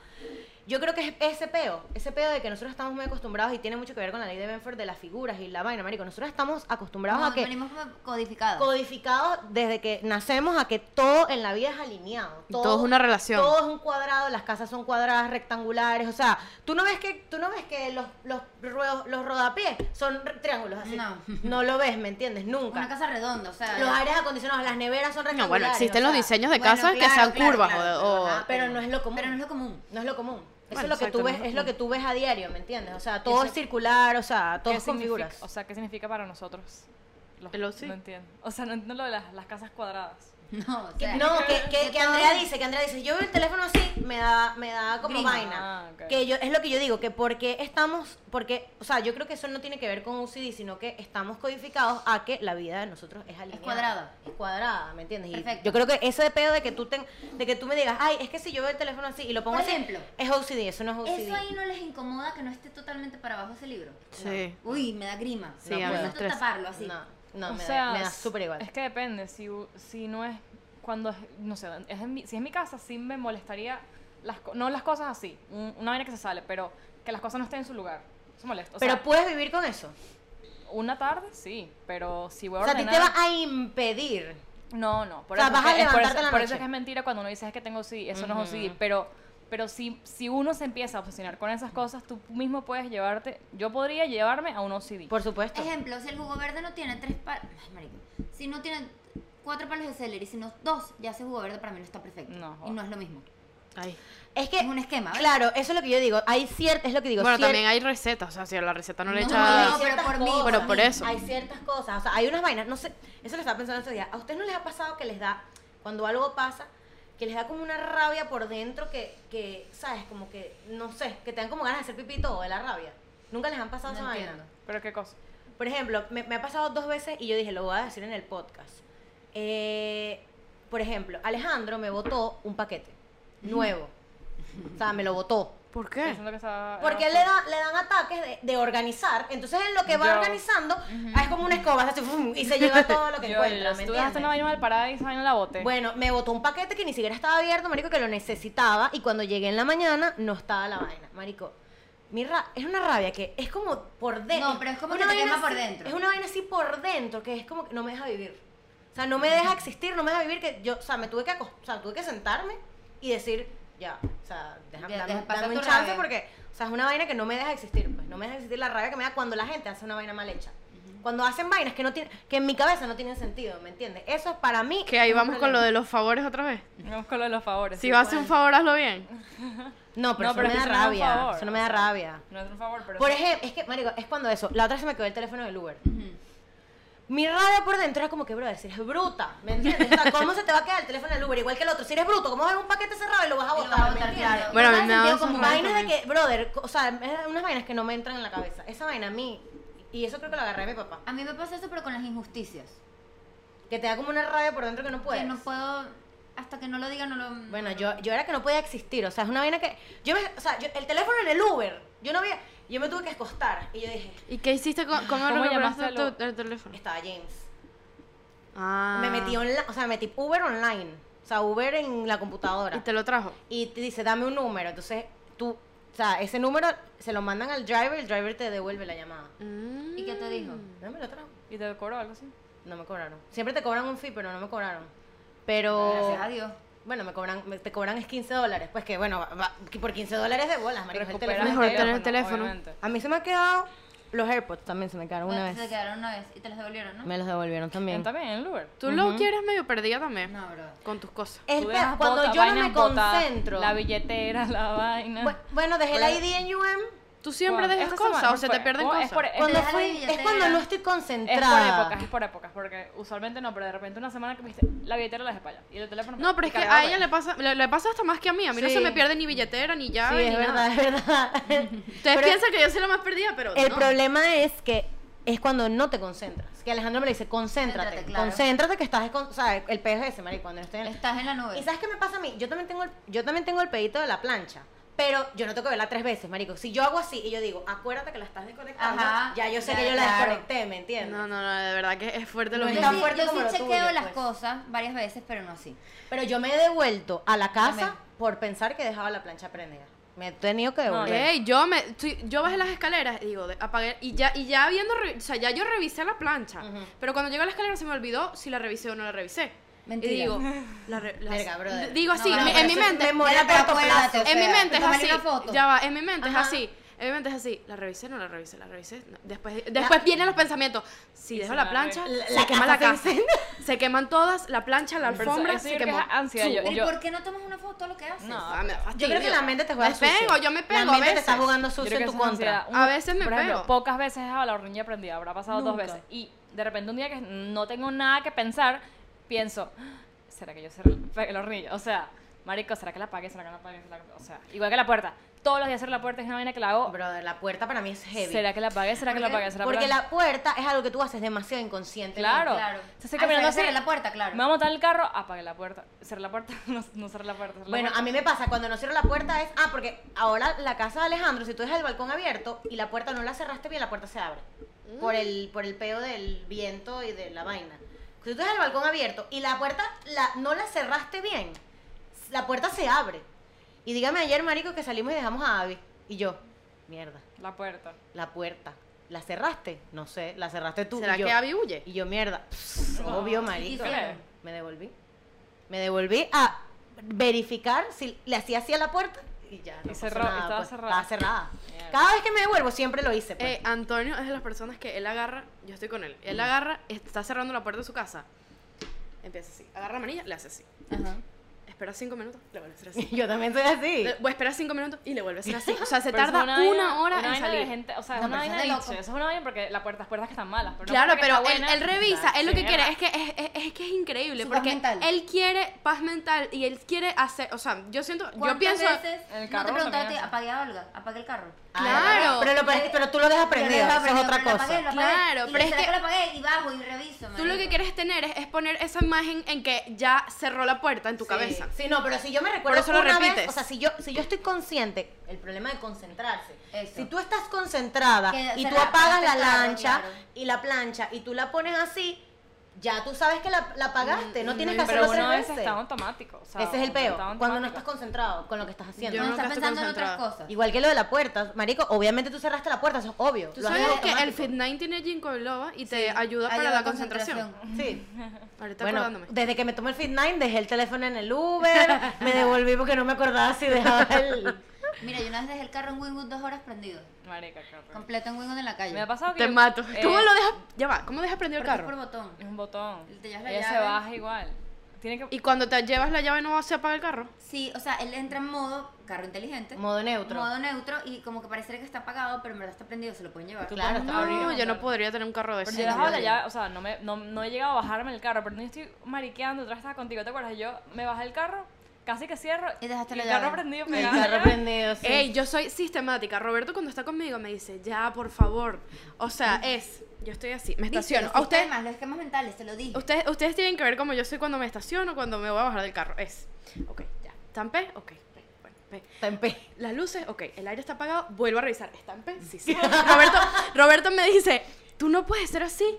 Speaker 1: Yo creo que es ese peo, ese peo de que nosotros estamos muy acostumbrados y tiene mucho que ver con la ley de Benford de las figuras y la vaina, marico. Nosotros estamos acostumbrados a
Speaker 5: Nos
Speaker 1: que
Speaker 5: venimos como codificados.
Speaker 1: codificado desde que nacemos a que todo en la vida es alineado.
Speaker 3: Y todo es una relación.
Speaker 1: Todo es un cuadrado, las casas son cuadradas, rectangulares. O sea, tú no ves que, tú no ves que los, los, ruedos, los rodapiés son re- triángulos así.
Speaker 5: No.
Speaker 1: No lo ves, ¿me entiendes? Nunca.
Speaker 5: Una casa redonda, o sea.
Speaker 1: Los
Speaker 5: ya-
Speaker 1: aires acondicionados, las neveras son rectangulares.
Speaker 3: No, bueno, existen
Speaker 1: o
Speaker 3: los
Speaker 1: sea,
Speaker 3: diseños de
Speaker 5: bueno,
Speaker 3: casas que
Speaker 5: claro,
Speaker 3: sean
Speaker 5: claro,
Speaker 3: curvas
Speaker 5: claro,
Speaker 3: o,
Speaker 5: ajá.
Speaker 1: Pero no es lo común.
Speaker 5: Pero no es lo común.
Speaker 1: No es lo común. Eso
Speaker 3: Bueno,
Speaker 1: es lo que tú
Speaker 3: exacto, no
Speaker 1: ves,
Speaker 3: es lo
Speaker 1: es lo
Speaker 3: común.
Speaker 1: que tú ves a diario, ¿me entiendes? O sea, todo es circular, o sea, todo
Speaker 2: ¿Qué
Speaker 1: es con
Speaker 2: significa-
Speaker 1: figuras.
Speaker 2: O sea, ¿qué significa para nosotros? Los-
Speaker 3: Lo sí.
Speaker 2: No entiendo. O sea, no entiendo lo de las, las casas cuadradas.
Speaker 5: No, o
Speaker 1: Que-
Speaker 5: sea,
Speaker 1: no, que, que-
Speaker 5: que
Speaker 1: que
Speaker 5: todo-
Speaker 1: Andrea dice, que Andrea dice, yo veo el teléfono así, me da, me da como
Speaker 5: Grima.
Speaker 1: vaina.
Speaker 2: Ah, ok.
Speaker 1: Que yo, es lo que yo digo, que porque estamos, porque, o sea, yo creo que eso no tiene que ver con UCD, sino que estamos codificados a que la vida de nosotros es alineada.
Speaker 5: cuadrada.
Speaker 1: Es cuadrada, ¿me entiendes? Y
Speaker 5: Perfecto.
Speaker 1: yo creo que ese pedo de que tú ten, de que tú me digas, ay, es que si yo veo el teléfono así y lo pongo
Speaker 5: Por
Speaker 1: así,
Speaker 5: ejemplo.
Speaker 1: es OCD, eso no es OCD.
Speaker 5: Eso ahí no les incomoda que no esté totalmente para abajo ese libro.
Speaker 3: Sí.
Speaker 5: No. Uy, me da grima.
Speaker 3: Sí,
Speaker 5: no
Speaker 3: a mí me
Speaker 5: puedo
Speaker 3: estresa.
Speaker 5: taparlo así.
Speaker 1: No, no,
Speaker 2: o
Speaker 1: Ah, me,
Speaker 2: sea,
Speaker 1: da, me da
Speaker 2: s-
Speaker 1: súper igual.
Speaker 2: Es que depende, si, u- si no es cuando es, no sé, es en mi- si es mi casa sí me molestaría las co- no las cosas así, un- una vaina que se sale, pero que las cosas no estén en su lugar. Eso molesta. O
Speaker 1: Pero
Speaker 2: sea,
Speaker 1: puedes vivir con eso.
Speaker 2: una tarde sí, pero si voy a
Speaker 1: O sea, a ti te
Speaker 2: ordenar
Speaker 1: va a impedir.
Speaker 2: No, no, por
Speaker 1: O sea,
Speaker 2: eso
Speaker 1: vas
Speaker 2: es
Speaker 1: a
Speaker 2: que- es por
Speaker 1: levantarte
Speaker 2: eso-
Speaker 1: en la
Speaker 2: por eso es
Speaker 1: noche. Mm.
Speaker 2: que es mentira cuando uno dice es que tengo sí, eso no es OCD,
Speaker 1: Ujú.
Speaker 2: pero pero si si uno se empieza a obsesionar con esas cosas, tú mismo puedes llevarte, yo podría llevarme a un OCD.
Speaker 1: Por supuesto.
Speaker 5: Ejemplo, si el jugo verde no tiene tres palos. Si no tiene cuatro palos de celery, sino dos, ya ese jugo verde para mí no está perfecto.
Speaker 2: No,
Speaker 5: y
Speaker 2: joder.
Speaker 5: no es lo mismo.
Speaker 3: Ay.
Speaker 1: Es que
Speaker 5: Es un esquema, ¿ves?
Speaker 1: Claro, eso es lo que yo digo. Hay ciertas, es lo que digo.
Speaker 3: Bueno,
Speaker 1: cier-
Speaker 3: también hay recetas, o sea, si a la receta no le
Speaker 5: No,
Speaker 3: echas...
Speaker 5: no, pero por mí,
Speaker 1: cosas,
Speaker 3: Bueno, por eso.
Speaker 1: Hay ciertas cosas, o sea, hay unas vainas, no sé, eso lo estaba pensando estos días. ¿A ustedes no les ha pasado que les da, cuando algo pasa, que les da como una rabia por dentro que, que ¿sabes? Como que, no sé, que te dan como ganas de hacer pipí y todo de la rabia. Nunca les han pasado
Speaker 5: No
Speaker 1: esa vaina?
Speaker 5: entiendo.
Speaker 2: Pero qué cosa?
Speaker 1: Por ejemplo, me, me ha pasado dos veces y yo dije, lo voy a decir en el podcast. Eh, por ejemplo, Alejandro me botó un paquete nuevo. O sea, me lo botó.
Speaker 3: ¿Por
Speaker 2: Estoy
Speaker 3: qué?
Speaker 2: diciendo que estaba-
Speaker 5: Ah,
Speaker 1: Porque él Eh. le, da, le dan ataques de, de organizar. Entonces él lo que va
Speaker 2: Yo.
Speaker 1: organizando ah, es como una escoba, hace ¡fum! y se lleva todo lo que
Speaker 2: Yo,
Speaker 1: encuentra.
Speaker 2: yo,
Speaker 1: ¿me
Speaker 2: tú dejaste
Speaker 1: entiendes?
Speaker 2: una vaina mal parada y esa vaina la boté.
Speaker 1: Bueno, me botó un paquete que ni siquiera estaba abierto, marico, que lo necesitaba. Y cuando llegué en la mañana, no estaba la vaina, marico. Mi ra- es una rabia que es como por dentro.
Speaker 5: No, pero es como que te quema por dentro.
Speaker 1: Es una vaina así por dentro, que es como que no me deja vivir. O sea, no me deja existir, no me deja vivir. que yo O sea, me tuve que, acos- o sea, tuve que sentarme y decir, ya, o sea, déjame,
Speaker 5: Ya,
Speaker 1: dame-
Speaker 5: deja pasar
Speaker 1: dame un
Speaker 5: tu
Speaker 1: chance
Speaker 5: rabia.
Speaker 1: porque, o sea, es una vaina que no me deja existir. Pues no me deja existir la rabia que me da cuando la gente hace una vaina mal hecha. Cuando hacen vainas que no tienen, que en mi cabeza no tienen sentido, ¿me entiendes? Eso es para mí.
Speaker 3: Que ahí
Speaker 1: es un
Speaker 3: vamos con lo
Speaker 1: problema.
Speaker 3: de los favores otra vez.
Speaker 2: Vamos con lo de los favores.
Speaker 3: Si vas a hacer un favor, hazlo bien.
Speaker 1: No, pero,
Speaker 2: No,
Speaker 1: eso no
Speaker 2: pero es
Speaker 1: me da
Speaker 2: que eso no es un
Speaker 1: rabia.
Speaker 2: favor,
Speaker 1: Eso no
Speaker 2: o
Speaker 1: me da
Speaker 2: sea.
Speaker 1: rabia.
Speaker 2: No es un favor, pero
Speaker 1: Por
Speaker 2: eso-
Speaker 1: ejemplo, es que, marico, es cuando eso. La otra se me quedó el teléfono del Uber. Mi rabia por dentro era como que, brother, si eres bruta, ¿me entiendes? O sea, ¿cómo se te va a quedar el teléfono del Uber? Igual que el otro. Si eres bruto, ¿cómo vas a ver un paquete cerrado y lo vas a
Speaker 5: Y lo
Speaker 1: botar?
Speaker 5: vas a
Speaker 1: ¿me
Speaker 5: botar,
Speaker 1: entiendes?
Speaker 5: claro.
Speaker 3: Bueno, a mí
Speaker 1: ¿Sabes?
Speaker 3: me da
Speaker 1: Sentido
Speaker 3: esos
Speaker 1: como
Speaker 3: momentos
Speaker 1: vainas de
Speaker 3: también.
Speaker 1: que, brother, o sea, eran unas vainas que no me entran en la cabeza. Esa vaina a mí, y eso creo que lo agarré de mi papá,
Speaker 5: A mí me pasa eso, pero con las injusticias.
Speaker 1: que te da como una rabia por dentro que no puedes.
Speaker 5: Que no puedo. Hasta que no lo diga, no lo.
Speaker 1: Pues. Bueno, yo, yo era que no podía existir, o sea, es una vaina que... Yo me, o sea, yo- el teléfono en el Uber, yo no había... Yo me tuve que acostar y yo dije,
Speaker 3: ¿Y qué hiciste con cómo,
Speaker 2: llamaste
Speaker 3: recuperaste
Speaker 2: al
Speaker 3: tu,
Speaker 2: Uber?
Speaker 3: el teléfono?
Speaker 1: estaba James.
Speaker 3: Ah.
Speaker 1: Me metí online, o sea, me metí Uber online, o sea, Uber en la computadora.
Speaker 3: Y
Speaker 1: Y
Speaker 3: te
Speaker 1: te,
Speaker 3: lo trajo.
Speaker 1: dice, dame un número, entonces tú, o sea, ese número se lo mandan al driver, el driver te devuelve la llamada.
Speaker 5: ¿Y qué te dijo?
Speaker 1: No me lo trajo,
Speaker 2: y te cobró algo así.
Speaker 1: no me cobraron. Siempre te cobran un fee, pero no me cobraron. Pero...
Speaker 5: Gracias a Dios.
Speaker 1: Bueno, me cobran, me- te cobran es 15 dólares, pues que bueno, va- va- que por 15 dólares de bolas, marico, es el
Speaker 2: Recuperas
Speaker 1: teléfono
Speaker 3: Mejor
Speaker 1: que-
Speaker 3: tener el teléfono.
Speaker 2: obviamente.
Speaker 1: A mí se me ha quedado los AirPods también se me quedaron una
Speaker 5: Pues, Ah, Se te
Speaker 1: vez.
Speaker 5: quedaron una vez y te las devolvieron, ¿no?
Speaker 1: Me los devolvieron también.
Speaker 2: También en el Uber.
Speaker 3: Tú lo quieres medio perdida también.
Speaker 5: No, bro.
Speaker 3: Con tus cosas.
Speaker 1: Es
Speaker 2: Tú
Speaker 1: que
Speaker 2: dejas
Speaker 1: cuando
Speaker 2: botas,
Speaker 1: yo no
Speaker 2: vainas
Speaker 1: me
Speaker 2: botadas,
Speaker 1: concentro.
Speaker 2: La billetera, la vaina.
Speaker 1: Bu- bueno, dejé la ID en UM.
Speaker 3: Tú siempre
Speaker 2: Bueno,
Speaker 3: dejas
Speaker 2: esta semana-
Speaker 3: cosas o se te
Speaker 2: fue-
Speaker 3: pierden
Speaker 1: Oh,
Speaker 2: o es
Speaker 3: cosas.
Speaker 2: por- e- es-
Speaker 1: Cuando
Speaker 5: dejar la
Speaker 1: fui- es
Speaker 5: billetera.
Speaker 1: cuando no estoy
Speaker 2: Es por
Speaker 1: concentrada.
Speaker 2: épocas, es por épocas, porque usualmente no, pero de repente una semana que viste la billetera la dejé para allá y el teléfono.
Speaker 3: No, pero
Speaker 2: y
Speaker 3: es que
Speaker 2: cargaba
Speaker 3: a ella
Speaker 2: para
Speaker 3: le pasa, le, le pasa hasta más que a mí. A mí no
Speaker 1: Sí.
Speaker 3: se me pierde ni billetera, ni
Speaker 1: Sí,
Speaker 3: llave,
Speaker 1: es
Speaker 3: ni
Speaker 1: verdad,
Speaker 3: nada.
Speaker 1: es verdad.
Speaker 3: Ustedes
Speaker 1: Pero
Speaker 3: piensan que yo soy la más perdida, pero
Speaker 1: El
Speaker 3: no.
Speaker 1: problema es que es cuando no te concentras. Que Alejandro me le dice, concéntrate,
Speaker 5: Concéntrate, claro.
Speaker 1: concéntrate que estás, descon- o sea, el PGS, marico, cuando no estoy en el-
Speaker 5: Estás en la nube.
Speaker 1: ¿Y sabes qué me pasa a mí? Yo también tengo el, yo también tengo el pedito de la plancha. Pero yo no tengo que verla tres veces, marico. Si yo hago así y yo digo, acuérdate que la estás desconectando,
Speaker 5: Ajá,
Speaker 1: ya yo sé
Speaker 5: ya,
Speaker 1: que yo la
Speaker 5: claro.
Speaker 1: desconecté, ¿me entiendes?
Speaker 3: No, no, no, de verdad que es fuerte lo
Speaker 1: No es
Speaker 5: Yo
Speaker 3: mismo.
Speaker 1: tan
Speaker 5: sí,
Speaker 1: fuerte
Speaker 5: yo sí
Speaker 1: como lo
Speaker 5: chequeo
Speaker 1: tuyo,
Speaker 5: las
Speaker 1: pues.
Speaker 5: cosas varias veces, pero no así.
Speaker 1: Pero yo me he devuelto a la casa
Speaker 5: Amén.
Speaker 1: por pensar que dejaba la plancha prendida. Me he tenido que devolver.
Speaker 3: Ey, yo me estoy- yo bajé las escaleras y digo, de- apagué y ya y ya viendo, re- o sea, ya yo revisé la plancha,
Speaker 1: Ujú.
Speaker 3: pero cuando llego a la escalera se me olvidó si la revisé o no la revisé.
Speaker 4: Mentira.
Speaker 3: Y digo, la re- las-
Speaker 1: Verga, brother.
Speaker 3: digo así,
Speaker 5: No, no,
Speaker 3: mi-
Speaker 5: pero
Speaker 3: en mi
Speaker 1: eso es
Speaker 3: mente,
Speaker 1: memoria
Speaker 5: Era
Speaker 1: a corto
Speaker 5: acuérdate,
Speaker 1: plazo.
Speaker 5: o
Speaker 3: en mi
Speaker 5: sea,
Speaker 3: mente es
Speaker 5: tomarle
Speaker 3: así.
Speaker 5: una foto.
Speaker 3: Ya va, en mi mente
Speaker 1: Ajá.
Speaker 3: es así. En mi mente es así, la revisé, no la revisé, la revisé. no. Después, después vienen los pensamientos. Si
Speaker 2: Y
Speaker 3: dejo
Speaker 2: se
Speaker 3: la
Speaker 2: la
Speaker 3: plancha,
Speaker 1: re-
Speaker 3: se
Speaker 1: la
Speaker 3: quema la
Speaker 1: casa
Speaker 3: casa.
Speaker 1: se incendia.
Speaker 3: Se queman todas, la plancha, la
Speaker 2: Pero eso-
Speaker 3: alfombra,
Speaker 2: eso
Speaker 3: se
Speaker 2: yo creo
Speaker 3: quemó.
Speaker 2: que es ansiedad. Yo-
Speaker 5: Pero ¿y
Speaker 2: yo-
Speaker 5: por qué no tomas una foto de todo lo que haces? Pues,
Speaker 2: No,
Speaker 3: Ah, me da
Speaker 1: Yo creo que
Speaker 3: fastidio.
Speaker 1: la mente te juega
Speaker 3: Me
Speaker 1: sucio.
Speaker 3: pego, yo me pego
Speaker 1: La
Speaker 3: a
Speaker 1: mente te
Speaker 3: veces.
Speaker 1: está jugando
Speaker 2: Yo
Speaker 1: sucio
Speaker 2: creo
Speaker 1: en
Speaker 2: que
Speaker 1: tu
Speaker 2: esa es ansiedad.
Speaker 1: contra.
Speaker 3: A veces me
Speaker 2: por ejemplo,
Speaker 3: pego.
Speaker 2: pocas veces a la hornilla prendida, habrá pasado
Speaker 1: Nunca.
Speaker 2: dos veces. Y de repente un día que no tengo nada que pensar, pienso, "Ah, ¿será que yo cerré el hornillo? O sea, marico, ¿será que la apague? ¿Será que no la apague? ¿Será que- O sea, igual que la puerta. Todos los días cerrar la puerta es una vaina que la hago.
Speaker 1: Brother, la puerta para mí es heavy.
Speaker 2: ¿Será que la apague? ¿Será que la apague? ¿Será que
Speaker 1: Porque la puerta es algo que tú haces demasiado inconsciente.
Speaker 2: Claro.
Speaker 5: Claro.
Speaker 2: Entonces, estoy
Speaker 5: Ah,
Speaker 2: caminando
Speaker 5: cerré- cerré
Speaker 2: así.
Speaker 5: la puerta, claro.
Speaker 2: Me voy a montar en el carro, apague la puerta. Cerré la puerta, no, no cerré la puerta. cerré la
Speaker 1: Bueno,
Speaker 2: puerta.
Speaker 1: a mí me pasa cuando no cierro la puerta es. Ah, porque ahora la casa de Alejandro, si tú dejas el balcón abierto y la puerta no la cerraste bien, la puerta se abre. Por el, por el peo del viento y de la vaina. Si tú dejas el balcón abierto y la puerta la, no la cerraste bien, la puerta se abre. Y dígame ayer, Marico, que salimos y dejamos a Abby. Y yo, mierda,
Speaker 2: La puerta.
Speaker 1: la puerta. ¿La cerraste? No sé, la cerraste tú.
Speaker 3: ¿Será
Speaker 1: y yo,
Speaker 3: que Abby huye?
Speaker 1: Y yo, mierda. pss, obvio, marico.
Speaker 5: hicieron?
Speaker 1: Me devolví. Me devolví a verificar si le hacía así a la puerta y ya. No
Speaker 2: Y
Speaker 1: pasó
Speaker 2: cerró, y
Speaker 1: nada,
Speaker 2: estaba
Speaker 1: pues,
Speaker 2: cerrada.
Speaker 1: Estaba cerrada.
Speaker 2: Mierda.
Speaker 1: Cada vez que me devuelvo siempre lo hice. Pues.
Speaker 3: Eh, Antonio es de las personas que él agarra, yo estoy con él, él agarra, está cerrando la puerta de su casa, empieza así, agarra la manilla, le hace así,
Speaker 4: Ajá.
Speaker 3: espera cinco minutos, le vuelve a hacer así,
Speaker 1: yo también soy así.
Speaker 3: Le- voy a esperar cinco minutos y le vuelve a hacer así, o sea, se
Speaker 2: Pero eso
Speaker 3: tarda
Speaker 2: es
Speaker 3: una,
Speaker 2: vaina-
Speaker 3: hora
Speaker 2: una
Speaker 3: en
Speaker 2: vaina de
Speaker 3: salir.
Speaker 2: gente- o sea,
Speaker 5: No,
Speaker 2: es una
Speaker 5: pero
Speaker 2: vaina
Speaker 5: eso es
Speaker 2: de
Speaker 5: de
Speaker 2: bicho,
Speaker 5: loco.
Speaker 2: Eso es una vaina porque la puerta, las puertas que están malas. Pero una
Speaker 3: Claro,
Speaker 2: puerta que
Speaker 3: pero
Speaker 2: está
Speaker 3: él,
Speaker 2: buena,
Speaker 3: él revisa,
Speaker 2: la
Speaker 3: él lo que
Speaker 2: cierra.
Speaker 3: quiere es que es, es- es que es increíble,
Speaker 5: Su paz
Speaker 3: porque
Speaker 5: mental.
Speaker 3: él quiere paz mental y él quiere hacer, o sea, yo siento, yo
Speaker 5: ¿Cuántas
Speaker 3: pienso,
Speaker 5: veces
Speaker 2: En el
Speaker 5: no
Speaker 2: carro
Speaker 5: te preguntaste,
Speaker 2: también.
Speaker 5: apagué a Olga, apagué el carro.
Speaker 1: Ah,
Speaker 3: claro.
Speaker 1: Pero, lo- pero- pero tú lo dejas prendido.
Speaker 5: Yo lo
Speaker 1: Eso
Speaker 5: apagué,
Speaker 1: es otra
Speaker 5: pero lo
Speaker 1: cosa.
Speaker 5: apagué, lo apagué.
Speaker 3: Claro,
Speaker 5: Y
Speaker 3: pero es
Speaker 5: será
Speaker 3: que-
Speaker 5: lo apagué y bajo y reviso.
Speaker 3: tú lo que
Speaker 5: marico.
Speaker 3: quieres tener es, es poner esa imagen en que ya cerró la puerta en tu
Speaker 1: Sí.
Speaker 3: cabeza.
Speaker 1: Sí, no, pero si yo me recuerdo
Speaker 3: Por eso lo
Speaker 1: una vez,
Speaker 3: repites.
Speaker 1: o sea, si yo, si yo estoy consciente, el problema de concentrarse.
Speaker 5: Eso.
Speaker 1: Si tú estás concentrada
Speaker 5: Que
Speaker 1: y
Speaker 5: se
Speaker 1: tú
Speaker 5: la-
Speaker 1: apagas la
Speaker 5: claro,
Speaker 1: lancha
Speaker 5: claro.
Speaker 1: y la plancha y tú la pones así, ya tú sabes que la, la apagaste,
Speaker 3: Mm,
Speaker 1: no tienes que
Speaker 2: Pero
Speaker 1: hacerlo
Speaker 2: uno
Speaker 1: tres
Speaker 2: a veces
Speaker 1: veces.
Speaker 2: está automático. o sea,
Speaker 1: Ese es el
Speaker 2: uno está
Speaker 1: peo, cuando no
Speaker 2: automático.
Speaker 1: estás concentrado con lo que estás haciendo.
Speaker 3: Yo
Speaker 5: Cuando
Speaker 3: nunca
Speaker 5: estás
Speaker 3: estoy
Speaker 5: pensando en otras
Speaker 3: concentrada.
Speaker 5: cosas.
Speaker 1: Igual que lo de la puerta, marico, obviamente tú cerraste la puerta, eso es obvio.
Speaker 3: Tú
Speaker 1: lo haces
Speaker 3: sabes que el
Speaker 1: automático.
Speaker 3: Fit 9 tiene ginkgo biloba y te
Speaker 5: Sí,
Speaker 3: ayuda para
Speaker 5: ayuda
Speaker 3: la concentración.
Speaker 1: Sí.
Speaker 3: Ahorita
Speaker 1: Bueno,
Speaker 3: acordándome.
Speaker 1: desde que me tomé el Fit 9 dejé el teléfono en el Uber, me devolví porque no me acordaba si dejaba el...
Speaker 5: Mira, yo una vez dejé el carro en Wingwood dos horas prendido.
Speaker 2: Marica, qué horror.
Speaker 5: Completo en Wingwood en la calle.
Speaker 2: Me ha pasado que.
Speaker 3: Te
Speaker 2: yo-
Speaker 3: mato.
Speaker 2: eh,
Speaker 3: ¿Cómo lo dejas? Ya va, ¿cómo dejas prendido el
Speaker 5: Porque es por
Speaker 3: carro?
Speaker 5: botón.
Speaker 2: Es un botón.
Speaker 5: Te llevas la
Speaker 2: Ella se
Speaker 5: llave.
Speaker 2: baja igual. Tiene que.
Speaker 3: Y cuando te llevas la llave no se apaga el carro.
Speaker 5: Sí, o sea, él entra en modo carro inteligente.
Speaker 1: Modo neutro.
Speaker 5: Modo neutro y como que parece que está apagado, pero en verdad está prendido, se lo pueden llevar.
Speaker 2: Tú
Speaker 1: Claro,
Speaker 2: puedes
Speaker 1: está
Speaker 2: abrir y
Speaker 3: No, yo
Speaker 2: montarlo.
Speaker 3: no podría tener un carro de
Speaker 2: Pero
Speaker 3: eso.
Speaker 2: yo he dejado la llave, o sea, no, me, no, no he llegado a bajarme el carro, pero no estoy mariqueando, otra vez estaba contigo, ¿te acuerdas? Yo me bajé el carro, casi que cierro,
Speaker 5: Y dejaste la
Speaker 2: el
Speaker 5: llave.
Speaker 2: carro prendido,
Speaker 1: El
Speaker 2: pegado.
Speaker 1: carro prendido, sí.
Speaker 3: Ey, yo soy sistemática. Roberto cuando está conmigo me dice, ya, por favor. O sea, es, yo estoy así, me estaciono. A ustedes,
Speaker 5: Más, los esquemas mentales, te lo dije.
Speaker 3: ustedes, ustedes tienen que ver cómo yo soy cuando me estaciono, cuando me voy a bajar del carro. Es, ok, ya. ¿Tampé? Ok, ve, bueno, ve.
Speaker 1: Está en pe-
Speaker 3: Las luces, ok, el aire está apagado, vuelvo a revisar. ¿Está en pe- Sí, sí. Roberto, Roberto me dice, tú no puedes ser así.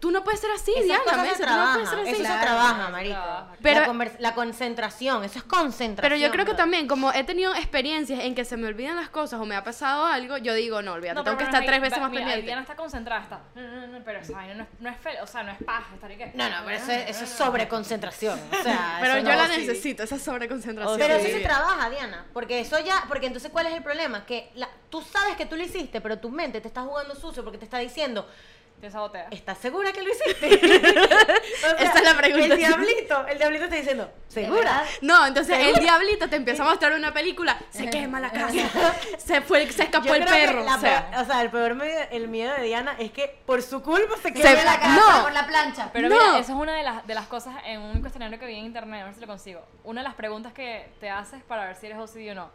Speaker 3: Tú no puedes ser así,
Speaker 1: Esas
Speaker 3: Diana.
Speaker 1: cosas
Speaker 3: Me
Speaker 1: se
Speaker 3: dice, tú no
Speaker 1: trabajan,
Speaker 3: puedes ser así.
Speaker 1: eso se
Speaker 5: Claro,
Speaker 1: trabaja,
Speaker 2: se
Speaker 1: marico.
Speaker 2: trabaja.
Speaker 3: Pero-
Speaker 1: la, conver- la concentración, eso es concentración.
Speaker 3: Pero yo creo que
Speaker 1: bro.
Speaker 3: también, como he tenido experiencias en que se me olvidan las cosas o me ha pasado algo, yo digo, no, olvídate, tengo
Speaker 2: pero
Speaker 3: que
Speaker 2: no
Speaker 3: estar
Speaker 2: es-
Speaker 3: tres veces
Speaker 2: va-
Speaker 3: más
Speaker 2: mira, ahí
Speaker 3: pendiente.
Speaker 2: Diana está concentrada, está. No, no, no, pero esa vaina no es, no es fe- o sea, no es paja, estar ahí que.
Speaker 1: No, no, pero eso es, eso es sobreconcentración. O sea,
Speaker 3: Pero
Speaker 1: eso
Speaker 3: yo
Speaker 1: no-
Speaker 3: la
Speaker 1: sí.
Speaker 3: necesito, esa sobreconcentración.
Speaker 1: Pero eso
Speaker 2: Sí.
Speaker 1: se trabaja, Diana. Porque eso ya. Porque entonces, ¿cuál es el problema? Que la- tú sabes que tú lo hiciste, pero tu mente te está jugando sucio porque te está diciendo,
Speaker 2: Te sabotea.
Speaker 1: ¿estás segura que lo hiciste? O
Speaker 3: Esa es la pregunta.
Speaker 1: El diablito, el diablito está diciendo, ¿segura?
Speaker 3: No, entonces el diablito te empieza a mostrar una película, se quema la casa, se fue, se escapó
Speaker 1: Eh. Yo
Speaker 3: el
Speaker 1: creo que
Speaker 3: perro.
Speaker 1: la
Speaker 3: o sea.
Speaker 1: peor- o sea, el peor miedo, el miedo de Diana es que por su culpa se
Speaker 5: Te
Speaker 1: quede
Speaker 3: Se-
Speaker 5: llevo la casa
Speaker 3: no.
Speaker 5: por la plancha.
Speaker 2: Pero
Speaker 3: No.
Speaker 2: mira, eso es una de las, de las cosas en un cuestionario que vi en internet, a ver si lo consigo. Una de las preguntas que te haces para ver si eres OCD o no.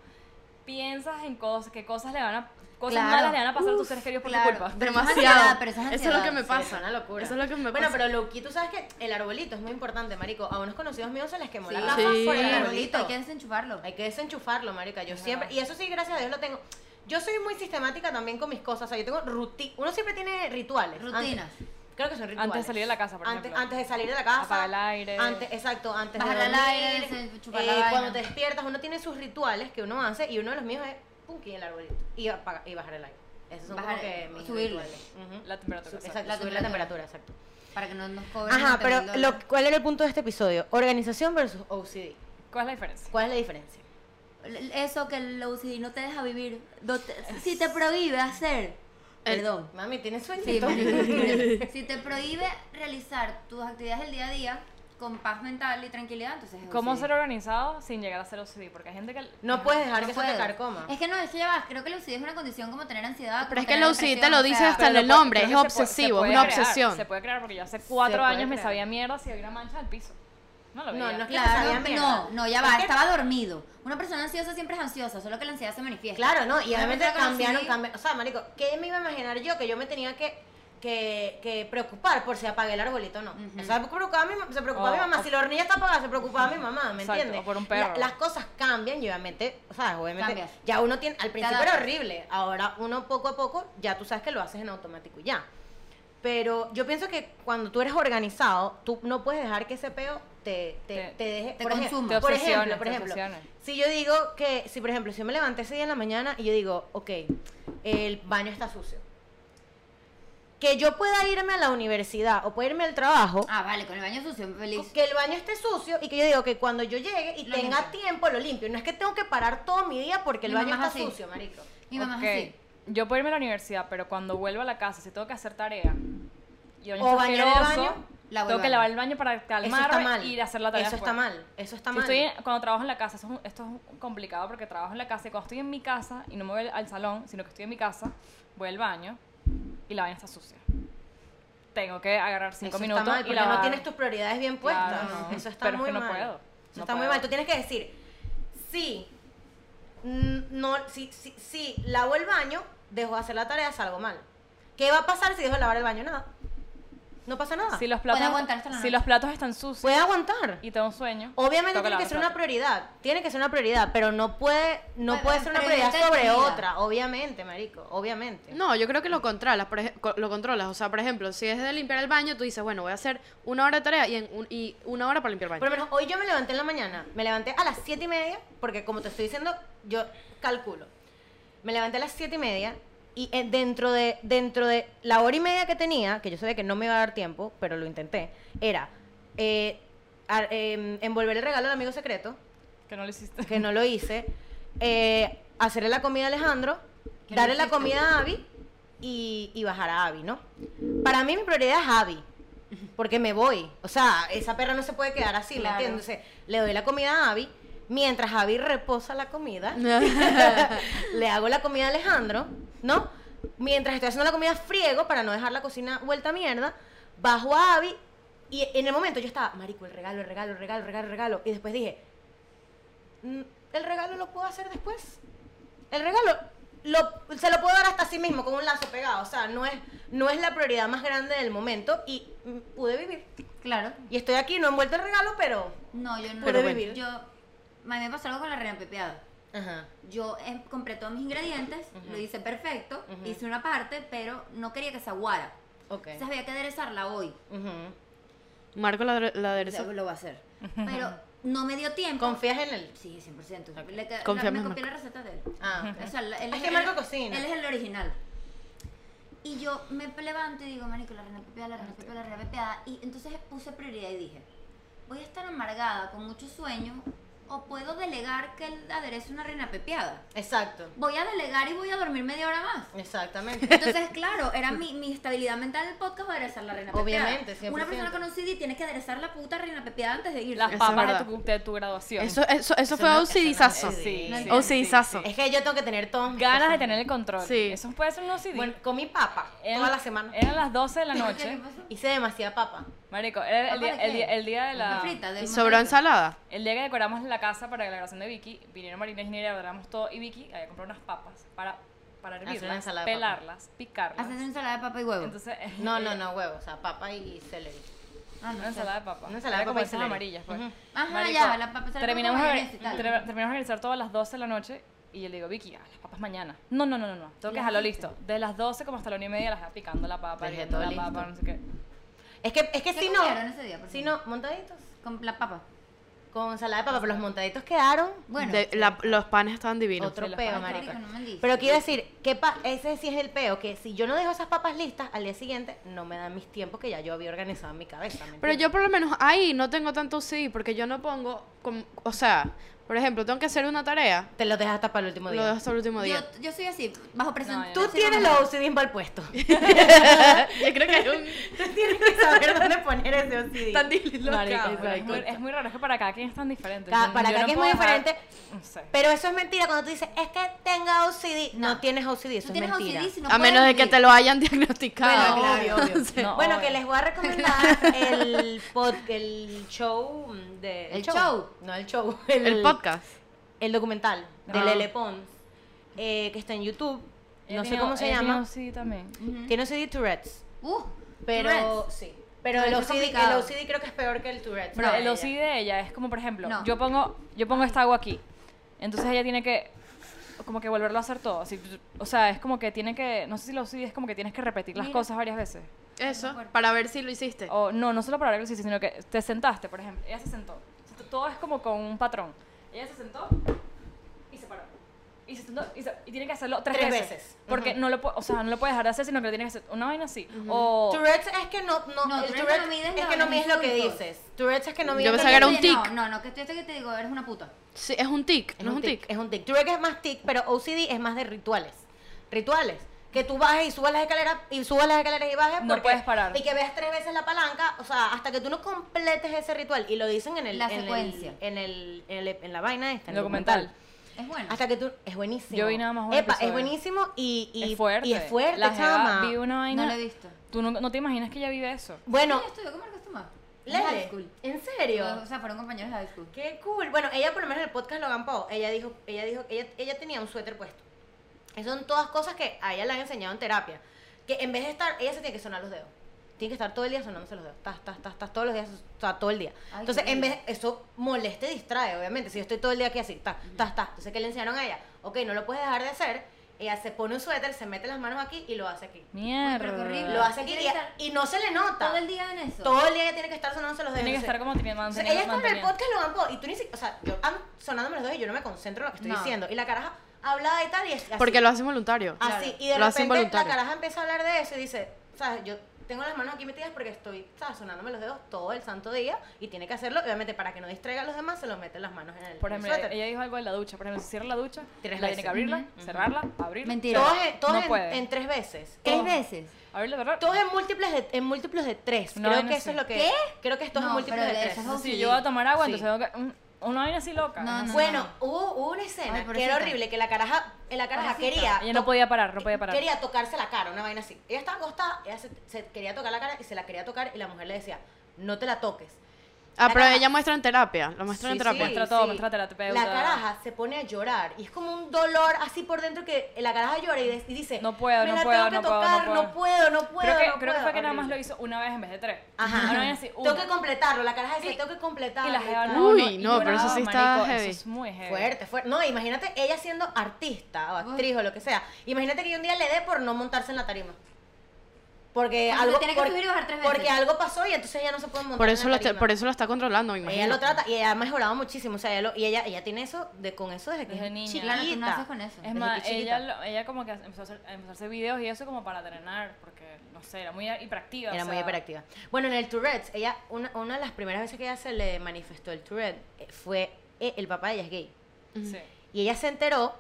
Speaker 2: ¿Piensas en cosas, que cosas le van a, cosas
Speaker 5: Claro.
Speaker 2: malas le van a pasar a tus seres queridos por
Speaker 5: claro.
Speaker 2: tu culpa?
Speaker 5: Pero eso es
Speaker 3: Demasiado.
Speaker 5: ansiedad, pero eso es
Speaker 3: eso es lo que
Speaker 5: ansiedad,
Speaker 3: me
Speaker 5: sí,
Speaker 3: pasa.
Speaker 1: Es una locura.
Speaker 3: Eso es lo que me
Speaker 1: bueno,
Speaker 3: pasa.
Speaker 1: pero Loki, tú sabes que el arbolito es muy importante, marico. A unos conocidos míos se les quemó la
Speaker 5: Sí.
Speaker 1: casa
Speaker 3: Sí.
Speaker 1: por el
Speaker 5: el
Speaker 1: arbolito.
Speaker 5: arbolito, hay que desenchufarlo.
Speaker 1: Hay que desenchufarlo, marica. Yo siempre... Y eso sí, gracias a Dios lo tengo. Yo soy muy sistemática también con mis cosas. O sea, yo tengo ruti... Uno siempre tiene rituales.
Speaker 5: Rutinas.
Speaker 1: Antes- Creo que son rituales.
Speaker 2: Antes de salir de la casa, por
Speaker 1: antes,
Speaker 2: ejemplo.
Speaker 1: Antes de salir de la casa.
Speaker 2: Apagar el aire.
Speaker 1: Antes, exacto, antes
Speaker 5: Bajar
Speaker 1: de
Speaker 5: el
Speaker 1: dormir, eh,
Speaker 5: aire, se- chupar la
Speaker 1: Cuando
Speaker 5: vaina.
Speaker 1: te despiertas, uno tiene sus rituales que uno hace y uno de los míos es punky el arbolito y, apaga- y bajar el aire. Esos son
Speaker 5: Bajar-
Speaker 1: como que mis
Speaker 5: subirlo.
Speaker 1: rituales. Ujú.
Speaker 2: La temperatura.
Speaker 1: Su-
Speaker 2: exacto.
Speaker 1: exacto,
Speaker 5: La
Speaker 1: subir la temperatura,
Speaker 5: temperatura.
Speaker 1: exacto.
Speaker 5: Para que no nos cobren.
Speaker 1: Ajá, pero
Speaker 5: 70.000
Speaker 1: lo,
Speaker 5: dólares.
Speaker 1: ¿cuál era el punto de este episodio? Organización versus OCD.
Speaker 2: ¿Cuál es la diferencia?
Speaker 1: ¿Cuál es la diferencia?
Speaker 5: Eso que el OCD no te deja vivir. no te- si te prohíbe hacer. Perdón.
Speaker 1: Mami, ¿tienes sueño?
Speaker 5: Sí,
Speaker 1: Entonces-
Speaker 5: marico. si te prohíbe realizar tus actividades del día a día con paz mental y tranquilidad, entonces. es
Speaker 2: ¿Cómo
Speaker 5: OCD.
Speaker 2: ser organizado sin llegar a ser OCD? Porque hay gente que.
Speaker 1: no puedes dejar que se te
Speaker 5: puedo.
Speaker 1: carcoma.
Speaker 5: Es que no, es que ya vas. Creo que el OCD es una condición como tener ansiedad.
Speaker 3: Pero
Speaker 5: como
Speaker 3: es que el
Speaker 5: tener
Speaker 3: OCD te
Speaker 5: depresión,
Speaker 3: lo
Speaker 5: o sea,
Speaker 3: dice hasta en
Speaker 2: Pero
Speaker 3: el
Speaker 2: lo pu-
Speaker 3: nombre,
Speaker 2: creo
Speaker 3: es
Speaker 2: que se pu- se
Speaker 3: obsesivo, es
Speaker 2: puede
Speaker 3: una
Speaker 2: crear,
Speaker 3: obsesión.
Speaker 2: Se puede crear porque yo hace
Speaker 1: Se
Speaker 2: cuatro
Speaker 1: puede
Speaker 2: años me
Speaker 1: crear.
Speaker 2: sabía mierda si había una mancha en el piso. No lo
Speaker 1: No,
Speaker 2: veía.
Speaker 1: no es que-
Speaker 5: Claro,
Speaker 1: sabía mierda.
Speaker 5: no, no, ya va, estaba dormido. Una persona ansiosa siempre es ansiosa, solo que la ansiedad se manifiesta.
Speaker 1: Claro, no, y
Speaker 5: Una
Speaker 1: obviamente
Speaker 5: persona con
Speaker 1: cambiaron,
Speaker 5: OCD
Speaker 1: cambi- O sea, marico, ¿qué me iba a imaginar yo que yo me tenía que, que, que preocupar por si apagué el arbolito o no? O sea, preocupaba mi ma- se preocupaba
Speaker 2: O-
Speaker 1: mi mamá.
Speaker 2: o-
Speaker 1: si la hornilla está apagada, se preocupaba mi mamá, ¿me
Speaker 2: Oh, Exacto,
Speaker 1: entiendes?
Speaker 2: o por un perro.
Speaker 1: La- las cosas cambian y obviamente, o sea, obviamente,
Speaker 5: Cambias.
Speaker 1: ya uno tiene, al principio era
Speaker 5: adaptas.
Speaker 1: horrible, ahora uno poco a poco, ya tú sabes que lo haces en automático y ya. Pero yo pienso que cuando tú eres organizado, tú no puedes dejar que ese peo te, te,
Speaker 2: Te-
Speaker 1: te deje...
Speaker 5: te
Speaker 1: por ejem-
Speaker 5: consuma.
Speaker 2: Te
Speaker 1: por
Speaker 2: obsesiona,
Speaker 1: ejemplo, por
Speaker 2: te
Speaker 1: ejemplo,
Speaker 2: obsesiona.
Speaker 1: si yo digo que, si por ejemplo, si yo me levanté ese día en la mañana y yo digo, ok, el baño está sucio. Que yo pueda irme a la universidad o pueda irme al trabajo,
Speaker 5: Ah, vale, con el baño sucio, feliz.
Speaker 1: que el baño esté sucio y que yo digo que cuando yo llegue y
Speaker 5: Lo
Speaker 1: tenga
Speaker 5: limpio.
Speaker 1: tiempo lo limpio. No es que tengo que parar todo mi día porque el
Speaker 5: Mi
Speaker 1: baño
Speaker 5: mamá
Speaker 1: está
Speaker 5: es así.
Speaker 1: sucio, marico.
Speaker 5: Mi mamá
Speaker 2: Ok,
Speaker 5: es así.
Speaker 2: Yo puedo irme a la universidad, pero cuando vuelvo a la casa, si tengo que hacer tarea y el baño
Speaker 1: O
Speaker 2: está
Speaker 1: bañar el
Speaker 2: asqueroso,
Speaker 1: baño,
Speaker 2: tengo
Speaker 5: lavo el
Speaker 2: que
Speaker 5: baño.
Speaker 2: lavar el baño para
Speaker 1: Eso está
Speaker 2: calmarme
Speaker 1: mal.
Speaker 2: y ir a hacer la tarea.
Speaker 1: Eso está
Speaker 2: después.
Speaker 1: mal. Eso está
Speaker 2: Si
Speaker 1: mal.
Speaker 2: estoy en- cuando trabajo en la casa, eso es un- esto es un- complicado porque trabajo en la casa y cuando estoy en mi casa y no me voy al- al salón, sino que estoy en mi casa, voy al baño y la baña está sucia. Tengo que agarrar cinco
Speaker 1: Eso
Speaker 2: minutos
Speaker 1: está mal,
Speaker 2: y
Speaker 1: porque
Speaker 2: lavar.
Speaker 1: no tienes tus prioridades bien puestas.
Speaker 2: Claro, no.
Speaker 1: Eso está
Speaker 2: Pero es
Speaker 1: muy
Speaker 2: que no
Speaker 1: mal.
Speaker 2: puedo,
Speaker 1: Eso
Speaker 2: no
Speaker 1: está muy
Speaker 2: puedo.
Speaker 1: mal. Tú tienes que decir, sí, mm, no, sí, sí, sí, lavo el baño, dejo de hacer la tarea, salgo mal. ¿Qué va a pasar si dejo de lavar el baño? Nada. No pasa nada.
Speaker 2: Si los
Speaker 5: Puedo
Speaker 2: platos,
Speaker 5: aguantar hasta la
Speaker 2: si
Speaker 5: noche.
Speaker 2: los platos están sucios
Speaker 1: Puede aguantar.
Speaker 2: y tengo sueño,
Speaker 1: Obviamente
Speaker 2: tengo
Speaker 1: tiene que
Speaker 2: lavar
Speaker 1: ser
Speaker 2: los
Speaker 1: una
Speaker 2: platos.
Speaker 1: prioridad, tiene que ser una prioridad, pero no puede, no
Speaker 5: Bueno,
Speaker 1: puede ser una
Speaker 5: pero yo
Speaker 1: prioridad
Speaker 5: te
Speaker 1: sobre
Speaker 5: diría.
Speaker 1: otra, obviamente, marico, obviamente.
Speaker 3: Este, No, yo creo que lo controlas, por ej- co- lo controlas. O sea, por ejemplo, si es de limpiar el baño, tú dices, bueno, voy a hacer una hora de tarea y, en un- y una hora para limpiar el
Speaker 1: Por
Speaker 3: baño.
Speaker 1: lo menos hoy yo me levanté en la mañana, me levanté a las 7 y media, porque como te estoy diciendo, yo calculo. Me levanté a las 7 y media y eh, dentro de, dentro de la hora y media que tenía, que yo sabía que no me iba a dar tiempo, pero lo intenté, era eh, ar- em, envolver el regalo al amigo secreto,
Speaker 2: que no lo hiciste.
Speaker 1: que no lo hice, eh, hacerle la comida a Alejandro,
Speaker 5: Que no
Speaker 1: darle la
Speaker 5: hiciste.
Speaker 1: comida a Abby y, y bajar a Abby, ¿no? Para mí mi prioridad es Abby, porque me voy. O sea, esa perra no se puede quedar así,
Speaker 5: Claro.
Speaker 1: ¿me entiendes? Entonces, le doy la comida a Abby, mientras Abby reposa la comida, le hago la comida a Alejandro, ¿no? Mientras estoy haciendo la comida friego para no dejar la cocina vuelta a mierda, bajo a Abby y en el momento yo estaba, marico, el regalo, el regalo, el regalo, el regalo, el regalo. Y después dije, "Mm, el regalo lo puedo hacer después. El regalo lo- se lo puedo dar hasta a sí mismo con un lazo pegado. O sea, no es, no es la prioridad más grande del momento y mm, pude vivir.
Speaker 5: Claro.
Speaker 1: Y estoy aquí, no he envuelto el regalo, pero...
Speaker 5: No, yo no.
Speaker 1: Pero
Speaker 5: yo-
Speaker 1: bueno.
Speaker 5: Yo, a mí me pasó algo con la reempepeada.
Speaker 1: Ajá.
Speaker 5: Yo eh, compré todos mis ingredientes, lo hice perfecto, hice una parte, pero no quería que se aguara.
Speaker 1: Ok.
Speaker 5: Entonces había que aderezarla hoy.
Speaker 1: Ujú.
Speaker 3: Marco la, adre- la
Speaker 5: O sea,
Speaker 3: adereza.
Speaker 5: lo voy a hacer. Pero no me dio tiempo.
Speaker 1: ¿Confías en él?
Speaker 5: Sí, 100%. Le ca-
Speaker 3: Confía
Speaker 5: la- me
Speaker 3: en
Speaker 5: copié la receta de él.
Speaker 1: Ah,
Speaker 5: O sea, él él
Speaker 1: Es que Marco
Speaker 5: él-
Speaker 1: cocina.
Speaker 5: Él es el original. Y yo me levanto y digo, marico, la reina pepeada, la reina pepeada, la reina pepeada. Y entonces puse prioridad y dije, voy a estar amargada con mucho sueño o puedo delegar que él aderece una reina pepeada.
Speaker 1: Exacto.
Speaker 5: Voy a delegar y voy a dormir media hora más.
Speaker 1: Exactamente.
Speaker 5: Entonces, claro, era mi, mi estabilidad mental en el podcast aderezar la reina pepeada.
Speaker 1: Obviamente, 100%.
Speaker 5: Una persona con un CD tiene que aderezar la puta reina pepeada antes de irse.
Speaker 2: Las
Speaker 3: es
Speaker 2: papas de
Speaker 3: verdad.
Speaker 2: tu, de tu graduación.
Speaker 3: Eso, eso, eso fue
Speaker 1: no-
Speaker 3: OCDizazo.
Speaker 1: eso no es
Speaker 2: Sí, sí,
Speaker 3: OCDizazo.
Speaker 1: es que yo tengo que tener todos mis
Speaker 2: Ganas de
Speaker 1: cosas.
Speaker 2: tener el control.
Speaker 3: Sí.
Speaker 2: Eso puede ser un OCD.
Speaker 1: Bueno, comí papa
Speaker 2: Eran-
Speaker 1: toda la semana.
Speaker 2: Eran las 12 de la
Speaker 5: ¿Qué
Speaker 2: noche.
Speaker 5: pasó?
Speaker 1: Hice demasiada papa.
Speaker 2: Marico, era el
Speaker 5: ¿Papa de
Speaker 2: día, el,
Speaker 5: qué?
Speaker 2: día, el día de la...
Speaker 5: Papa frita, de
Speaker 3: ¿Y sobró
Speaker 5: mojarrita.
Speaker 3: ensalada?
Speaker 2: El día que decoramos la casa para la grabación de Vicky, vinieron Marina y Ginebra, adoramos todo, y Vicky había comprado unas papas para, para
Speaker 1: una
Speaker 2: hervirlas,
Speaker 1: ensalada de papa.
Speaker 2: pelarlas, picarlas.
Speaker 5: Haces una ensalada de papa y huevo.
Speaker 2: Entonces,
Speaker 1: No, no, no, huevo. O sea, papa y celery.
Speaker 5: Ah, no
Speaker 2: Una
Speaker 5: sé.
Speaker 2: ensalada de papa.
Speaker 1: Una ensalada de
Speaker 2: Era
Speaker 1: papa
Speaker 2: como
Speaker 1: y
Speaker 2: esas
Speaker 1: celery.
Speaker 2: amarillas, pues.
Speaker 1: Ujú.
Speaker 5: Ajá,
Speaker 2: Marico,
Speaker 5: ya, la papa sale
Speaker 2: terminamos,
Speaker 5: con
Speaker 2: de,
Speaker 5: mayonesa y tal.
Speaker 2: terminamos de organizar todo a las 12 de la noche Y yo le digo, Vicky, ah, las papas mañana. No, no, no, no, no. Tengo que dejarlo listo. De las 12 como hasta la 1 y media las estaba picando la papa,
Speaker 3: Dejé
Speaker 2: hirviendo
Speaker 3: todo
Speaker 2: la
Speaker 3: listo.
Speaker 2: papa, no sé qué.
Speaker 1: Es que, es que
Speaker 5: ¿Qué
Speaker 1: si no,
Speaker 5: comieron ese día, por
Speaker 1: si
Speaker 5: cierto?
Speaker 1: no, montaditos.
Speaker 5: Con la papa.
Speaker 1: Con ensalada de papa, pero los montaditos quedaron.
Speaker 5: Bueno.
Speaker 3: De- la- los panes estaban divinos.
Speaker 1: Otro
Speaker 2: sí, los
Speaker 1: peo,
Speaker 2: panes
Speaker 5: Ay, qué
Speaker 1: marica.
Speaker 5: rico, no me digas.
Speaker 1: Pero quiero decir, que pa- ese sí es el peo, que si yo no dejo esas papas listas, al día siguiente no me dan mis tiempos que ya yo había organizado en mi cabeza. ¿me
Speaker 3: Pero yo
Speaker 1: entiendes?
Speaker 3: por lo menos ahí no tengo tanto sí, porque yo no pongo, com- o sea, por ejemplo, tengo que hacer una tarea,
Speaker 1: Te lo dejas hasta para el último
Speaker 3: lo
Speaker 1: día.
Speaker 3: dejo hasta el último día.
Speaker 5: Yo, yo soy así, bajo presión.
Speaker 2: No, yo
Speaker 1: Tú
Speaker 5: soy
Speaker 1: tienes
Speaker 5: mamá.
Speaker 1: los OCD mal puestos.
Speaker 3: Yo creo que hay un...
Speaker 1: Tú tienes que saber dónde poner ese OCD.
Speaker 3: Están dislocados.
Speaker 2: Marica,
Speaker 1: exacto.
Speaker 2: pero es, muy, es muy raro, es que para cada quien es tan diferente.
Speaker 1: Cada-
Speaker 2: Yo
Speaker 1: para cada
Speaker 2: no
Speaker 1: quien es
Speaker 2: puedo
Speaker 1: muy
Speaker 2: dejar-
Speaker 1: diferente.
Speaker 2: No sé.
Speaker 1: Pero eso es mentira cuando tú dices, es que tenga OCD. No, tienes OCD, eso
Speaker 5: No
Speaker 1: es
Speaker 5: tienes
Speaker 1: mentira.
Speaker 5: OCD, si no
Speaker 3: a menos de que te lo hayan
Speaker 1: Bueno,
Speaker 3: diagnosticado.
Speaker 5: claro.
Speaker 1: obvio, obvio.
Speaker 2: No,
Speaker 1: bueno,
Speaker 2: obvio.
Speaker 1: que les voy a recomendar el, pod, el show de...
Speaker 5: El show.
Speaker 1: No, el show.
Speaker 3: El podcast.
Speaker 1: El documental de
Speaker 2: Ah.
Speaker 1: Lele Pons, eh, que está en YouTube.
Speaker 2: Ella
Speaker 1: No sé
Speaker 2: tiene-
Speaker 1: cómo se
Speaker 2: ella tiene
Speaker 1: llama. Mm.
Speaker 2: OCD también.
Speaker 1: Tiene OCD Tourette's.
Speaker 5: Uh,
Speaker 1: Pero
Speaker 5: Tourette's.
Speaker 1: sí. Pero el
Speaker 5: Tourette's es
Speaker 1: OCD, el
Speaker 5: complicado.
Speaker 1: OCD creo que es peor que el Tourette's.
Speaker 2: Pero
Speaker 1: para
Speaker 2: el
Speaker 1: ella.
Speaker 2: OCD de ella es como, por ejemplo,
Speaker 5: No.
Speaker 2: yo pongo yo pongo esta agua aquí. Entonces ella tiene que como que volverlo a hacer todo. así, o sea, es como que tiene que, no sé si el OCD es como que tienes que repetir las cosas varias veces.
Speaker 3: Eso, para ver si lo hiciste.
Speaker 2: O no, no solo para ver el ejercicio, sino que te sentaste, por ejemplo. Ella se sentó. O sea, t- Todo es como con un patrón. Ella se sentó y se paró. Y se sentó y, se- y tiene que hacerlo tres,
Speaker 1: Tres
Speaker 2: veces.
Speaker 1: veces.
Speaker 2: Porque no lo pu- o sea, no lo puedes dejar de hacer, sino que lo tienes que hacer una vaina así. O
Speaker 1: Tourette's es que no, no,
Speaker 5: No,
Speaker 1: el
Speaker 5: Tourette's no
Speaker 1: Tourette's
Speaker 5: mides
Speaker 1: es
Speaker 5: los
Speaker 1: que no mides lo que
Speaker 5: insultos.
Speaker 1: dices. Tourette's es que no
Speaker 3: Yo
Speaker 1: mides lo
Speaker 3: pensaba que era un
Speaker 5: no,
Speaker 3: tic.
Speaker 5: No, no, que estoy, estoy que te digo, eres una puta.
Speaker 3: Sí, es un tic, no es un tic.
Speaker 1: Es un tic. Tourette's es más tic, pero OCD es más de rituales. Rituales. Que tú bajes y subas las escaleras y subas las escaleras y bajes.
Speaker 2: No
Speaker 1: porque-
Speaker 2: puedes parar.
Speaker 1: Y que veas tres veces la palanca, o sea, hasta que tú no completes ese ritual. Y lo dicen en el.
Speaker 5: La
Speaker 1: en el-
Speaker 5: secuencia.
Speaker 1: En, el, en, el- en la vaina esta. En el
Speaker 2: Documental.
Speaker 1: documental.
Speaker 5: Es bueno.
Speaker 1: Hasta que tú. Es buenísimo.
Speaker 2: Yo vi nada más un
Speaker 1: Epa,
Speaker 2: episodio.
Speaker 1: es buenísimo y, y.
Speaker 2: es fuerte.
Speaker 1: Y es fuerte,
Speaker 2: La jeva
Speaker 1: chama.
Speaker 2: vive una vaina.
Speaker 5: no lo he visto.
Speaker 2: Tú no, no te imaginas que ella vive eso.
Speaker 1: Bueno,
Speaker 5: ¿Quién estudió con Marcos Tomás? En
Speaker 1: Lele,
Speaker 5: High school.
Speaker 1: ¿en serio?
Speaker 5: O sea, fueron compañeros de high school.
Speaker 1: Qué cool. Bueno, ella por lo menos en el podcast Logan Paul, ella dijo, ella dijo, ella, ella tenía un suéter puesto. Esas son todas cosas que a ella le han enseñado en terapia. Que en vez de estar, ella se tiene que sonar los dedos. Tiene que estar todo el día sonándose los dedos. Tas, tas, tas, tas, todos los días, o sea, todo el día.
Speaker 5: Ay,
Speaker 1: Entonces,
Speaker 5: qué
Speaker 1: en vez
Speaker 5: lindo.
Speaker 1: eso molesta y distrae, obviamente. Si yo estoy todo el día aquí así, tas, tas, tas. Entonces, ¿qué le enseñaron a ella? Ok, no lo puedes dejar de hacer. Ella se pone un suéter, se mete las manos aquí y lo hace aquí.
Speaker 2: Mierda.
Speaker 5: pero qué horrible.
Speaker 1: Lo hace aquí
Speaker 5: Ah. Tiene que estar
Speaker 1: y, y no se le nota.
Speaker 5: Todo el día en eso.
Speaker 1: Todo el día ella tiene que estar sonándose los dedos.
Speaker 2: Tiene que
Speaker 1: Entonces,
Speaker 2: estar como teniendo
Speaker 1: o sea, ella está en el
Speaker 2: manteniendo-
Speaker 1: podcast lo van y tú ni siquiera, o sea, yo ando sonándome los dedos y yo no me concentro en lo que estoy
Speaker 5: No.
Speaker 1: diciendo. Y la caraja hablaba y tal y es así. Ah,
Speaker 3: Porque lo hacen voluntario.
Speaker 1: así.
Speaker 5: claro.
Speaker 1: Y de
Speaker 3: lo hacen
Speaker 1: repente la
Speaker 3: voluntario.
Speaker 1: caraja empieza a hablar de eso y dice, sabes, yo tengo las manos aquí metidas porque estoy, sabes, sonándome los dedos todo el santo día y tiene que hacerlo, obviamente para que no distraiga a los demás se los mete las manos en el,
Speaker 2: Por
Speaker 1: en el
Speaker 2: ejemplo,
Speaker 1: suéter.
Speaker 2: ella dijo algo de la ducha. Por ejemplo, si cierra la ducha,
Speaker 1: Tres veces.
Speaker 2: la tiene que abrirla,
Speaker 1: Ujú.
Speaker 2: cerrarla, abrirla.
Speaker 5: Mentira.
Speaker 1: todos en, todos
Speaker 2: No
Speaker 1: en-
Speaker 2: puede.
Speaker 1: en tres veces.
Speaker 5: Tres
Speaker 1: Todos-
Speaker 5: veces.
Speaker 2: Abrirla, cerrarla.
Speaker 1: Todos en múltiples de, en múltiplos de tres.
Speaker 2: Una
Speaker 1: creo
Speaker 2: vaina
Speaker 1: que eso
Speaker 2: así.
Speaker 1: es lo que.
Speaker 5: ¿Qué?
Speaker 1: Creo que es todos
Speaker 5: No,
Speaker 1: en múltiples
Speaker 5: pero
Speaker 1: de
Speaker 5: de
Speaker 1: tres.
Speaker 5: esas
Speaker 2: No,
Speaker 5: dos
Speaker 2: sí,
Speaker 5: sí.
Speaker 2: yo voy a tomar
Speaker 1: Ah,
Speaker 2: agua,
Speaker 1: Sí.
Speaker 2: entonces tengo que... un- Una vaina así loca.
Speaker 5: No, no,
Speaker 1: Bueno, hubo, hubo una escena
Speaker 5: Ay,
Speaker 1: que era
Speaker 5: pobrecita.
Speaker 1: horrible, que la caraja, la caraja
Speaker 5: Pobrecita.
Speaker 1: quería.
Speaker 2: Ella no
Speaker 1: to-
Speaker 2: podía parar, no podía parar.
Speaker 1: Quería tocarse la cara, una vaina así. Ella estaba acostada, ella se, se quería tocar la cara y se la quería tocar y la mujer le decía, no te la toques.
Speaker 3: Ah,
Speaker 1: La
Speaker 3: pero
Speaker 1: cara-
Speaker 3: ella muestra en terapia, lo muestra en
Speaker 1: Sí,
Speaker 3: terapia.
Speaker 1: sí,
Speaker 2: Muestra todo,
Speaker 1: sí.
Speaker 2: muestra terapeuta.
Speaker 1: La caraja se pone a llorar y es como un dolor así por dentro que la caraja llora y, de- y dice,
Speaker 2: No puedo,
Speaker 1: me
Speaker 2: no
Speaker 1: la tengo
Speaker 2: puedo,
Speaker 1: que
Speaker 2: no puedo,
Speaker 1: tocar,
Speaker 2: no
Speaker 1: no puedo, no puedo.
Speaker 2: creo que,
Speaker 1: no
Speaker 2: creo que
Speaker 1: puedo".
Speaker 2: fue que nada más lo
Speaker 1: Horrible.
Speaker 2: hizo una vez en vez de tres.
Speaker 1: Ajá.
Speaker 2: Una vaina así, una.
Speaker 1: Tengo que completarlo, la caraja decía, tengo que completarlo.
Speaker 2: Y la jeva no,
Speaker 3: Uy,
Speaker 2: y
Speaker 3: no, pero eso
Speaker 2: lloraba,
Speaker 3: sí está
Speaker 2: marico,
Speaker 3: heavy.
Speaker 2: Eso es muy heavy.
Speaker 1: Fuerte, fuerte. No, imagínate ella siendo artista o actriz o lo que sea. Imagínate que yo un día le dé por no montarse en la tarima. Porque
Speaker 5: Porque se
Speaker 1: algo
Speaker 5: tiene que
Speaker 1: por-
Speaker 5: subir y bajar tres
Speaker 1: Porque
Speaker 5: veces.
Speaker 1: algo pasó y entonces ella no se puede montar.
Speaker 3: Por
Speaker 1: en
Speaker 3: eso,
Speaker 1: la
Speaker 3: lo está,
Speaker 1: tarima.
Speaker 3: por eso lo está controlando, me imagino.
Speaker 1: ella lo trata y ella ha mejorado muchísimo, o sea, ella lo- y ella ella tiene eso de con eso desde que
Speaker 2: Desde
Speaker 1: es
Speaker 2: niña.
Speaker 1: chiquita.
Speaker 5: Claro, tú naces con eso.
Speaker 2: Es
Speaker 1: Desde
Speaker 2: más,
Speaker 1: que
Speaker 2: ella,
Speaker 1: chiquita.
Speaker 2: lo- ella como que empezó a, hacer, empezó a hacer videos y eso como para entrenar, porque, no sé, era muy hiperactiva.
Speaker 1: Era
Speaker 2: o
Speaker 1: muy
Speaker 2: sea,
Speaker 1: hiperactiva. Bueno, en el Tourette, ella, una, una de las primeras veces que ella se le manifestó el Tourette eh, fue eh, el papá de ella es gay.
Speaker 2: Sí.
Speaker 1: Y ella se enteró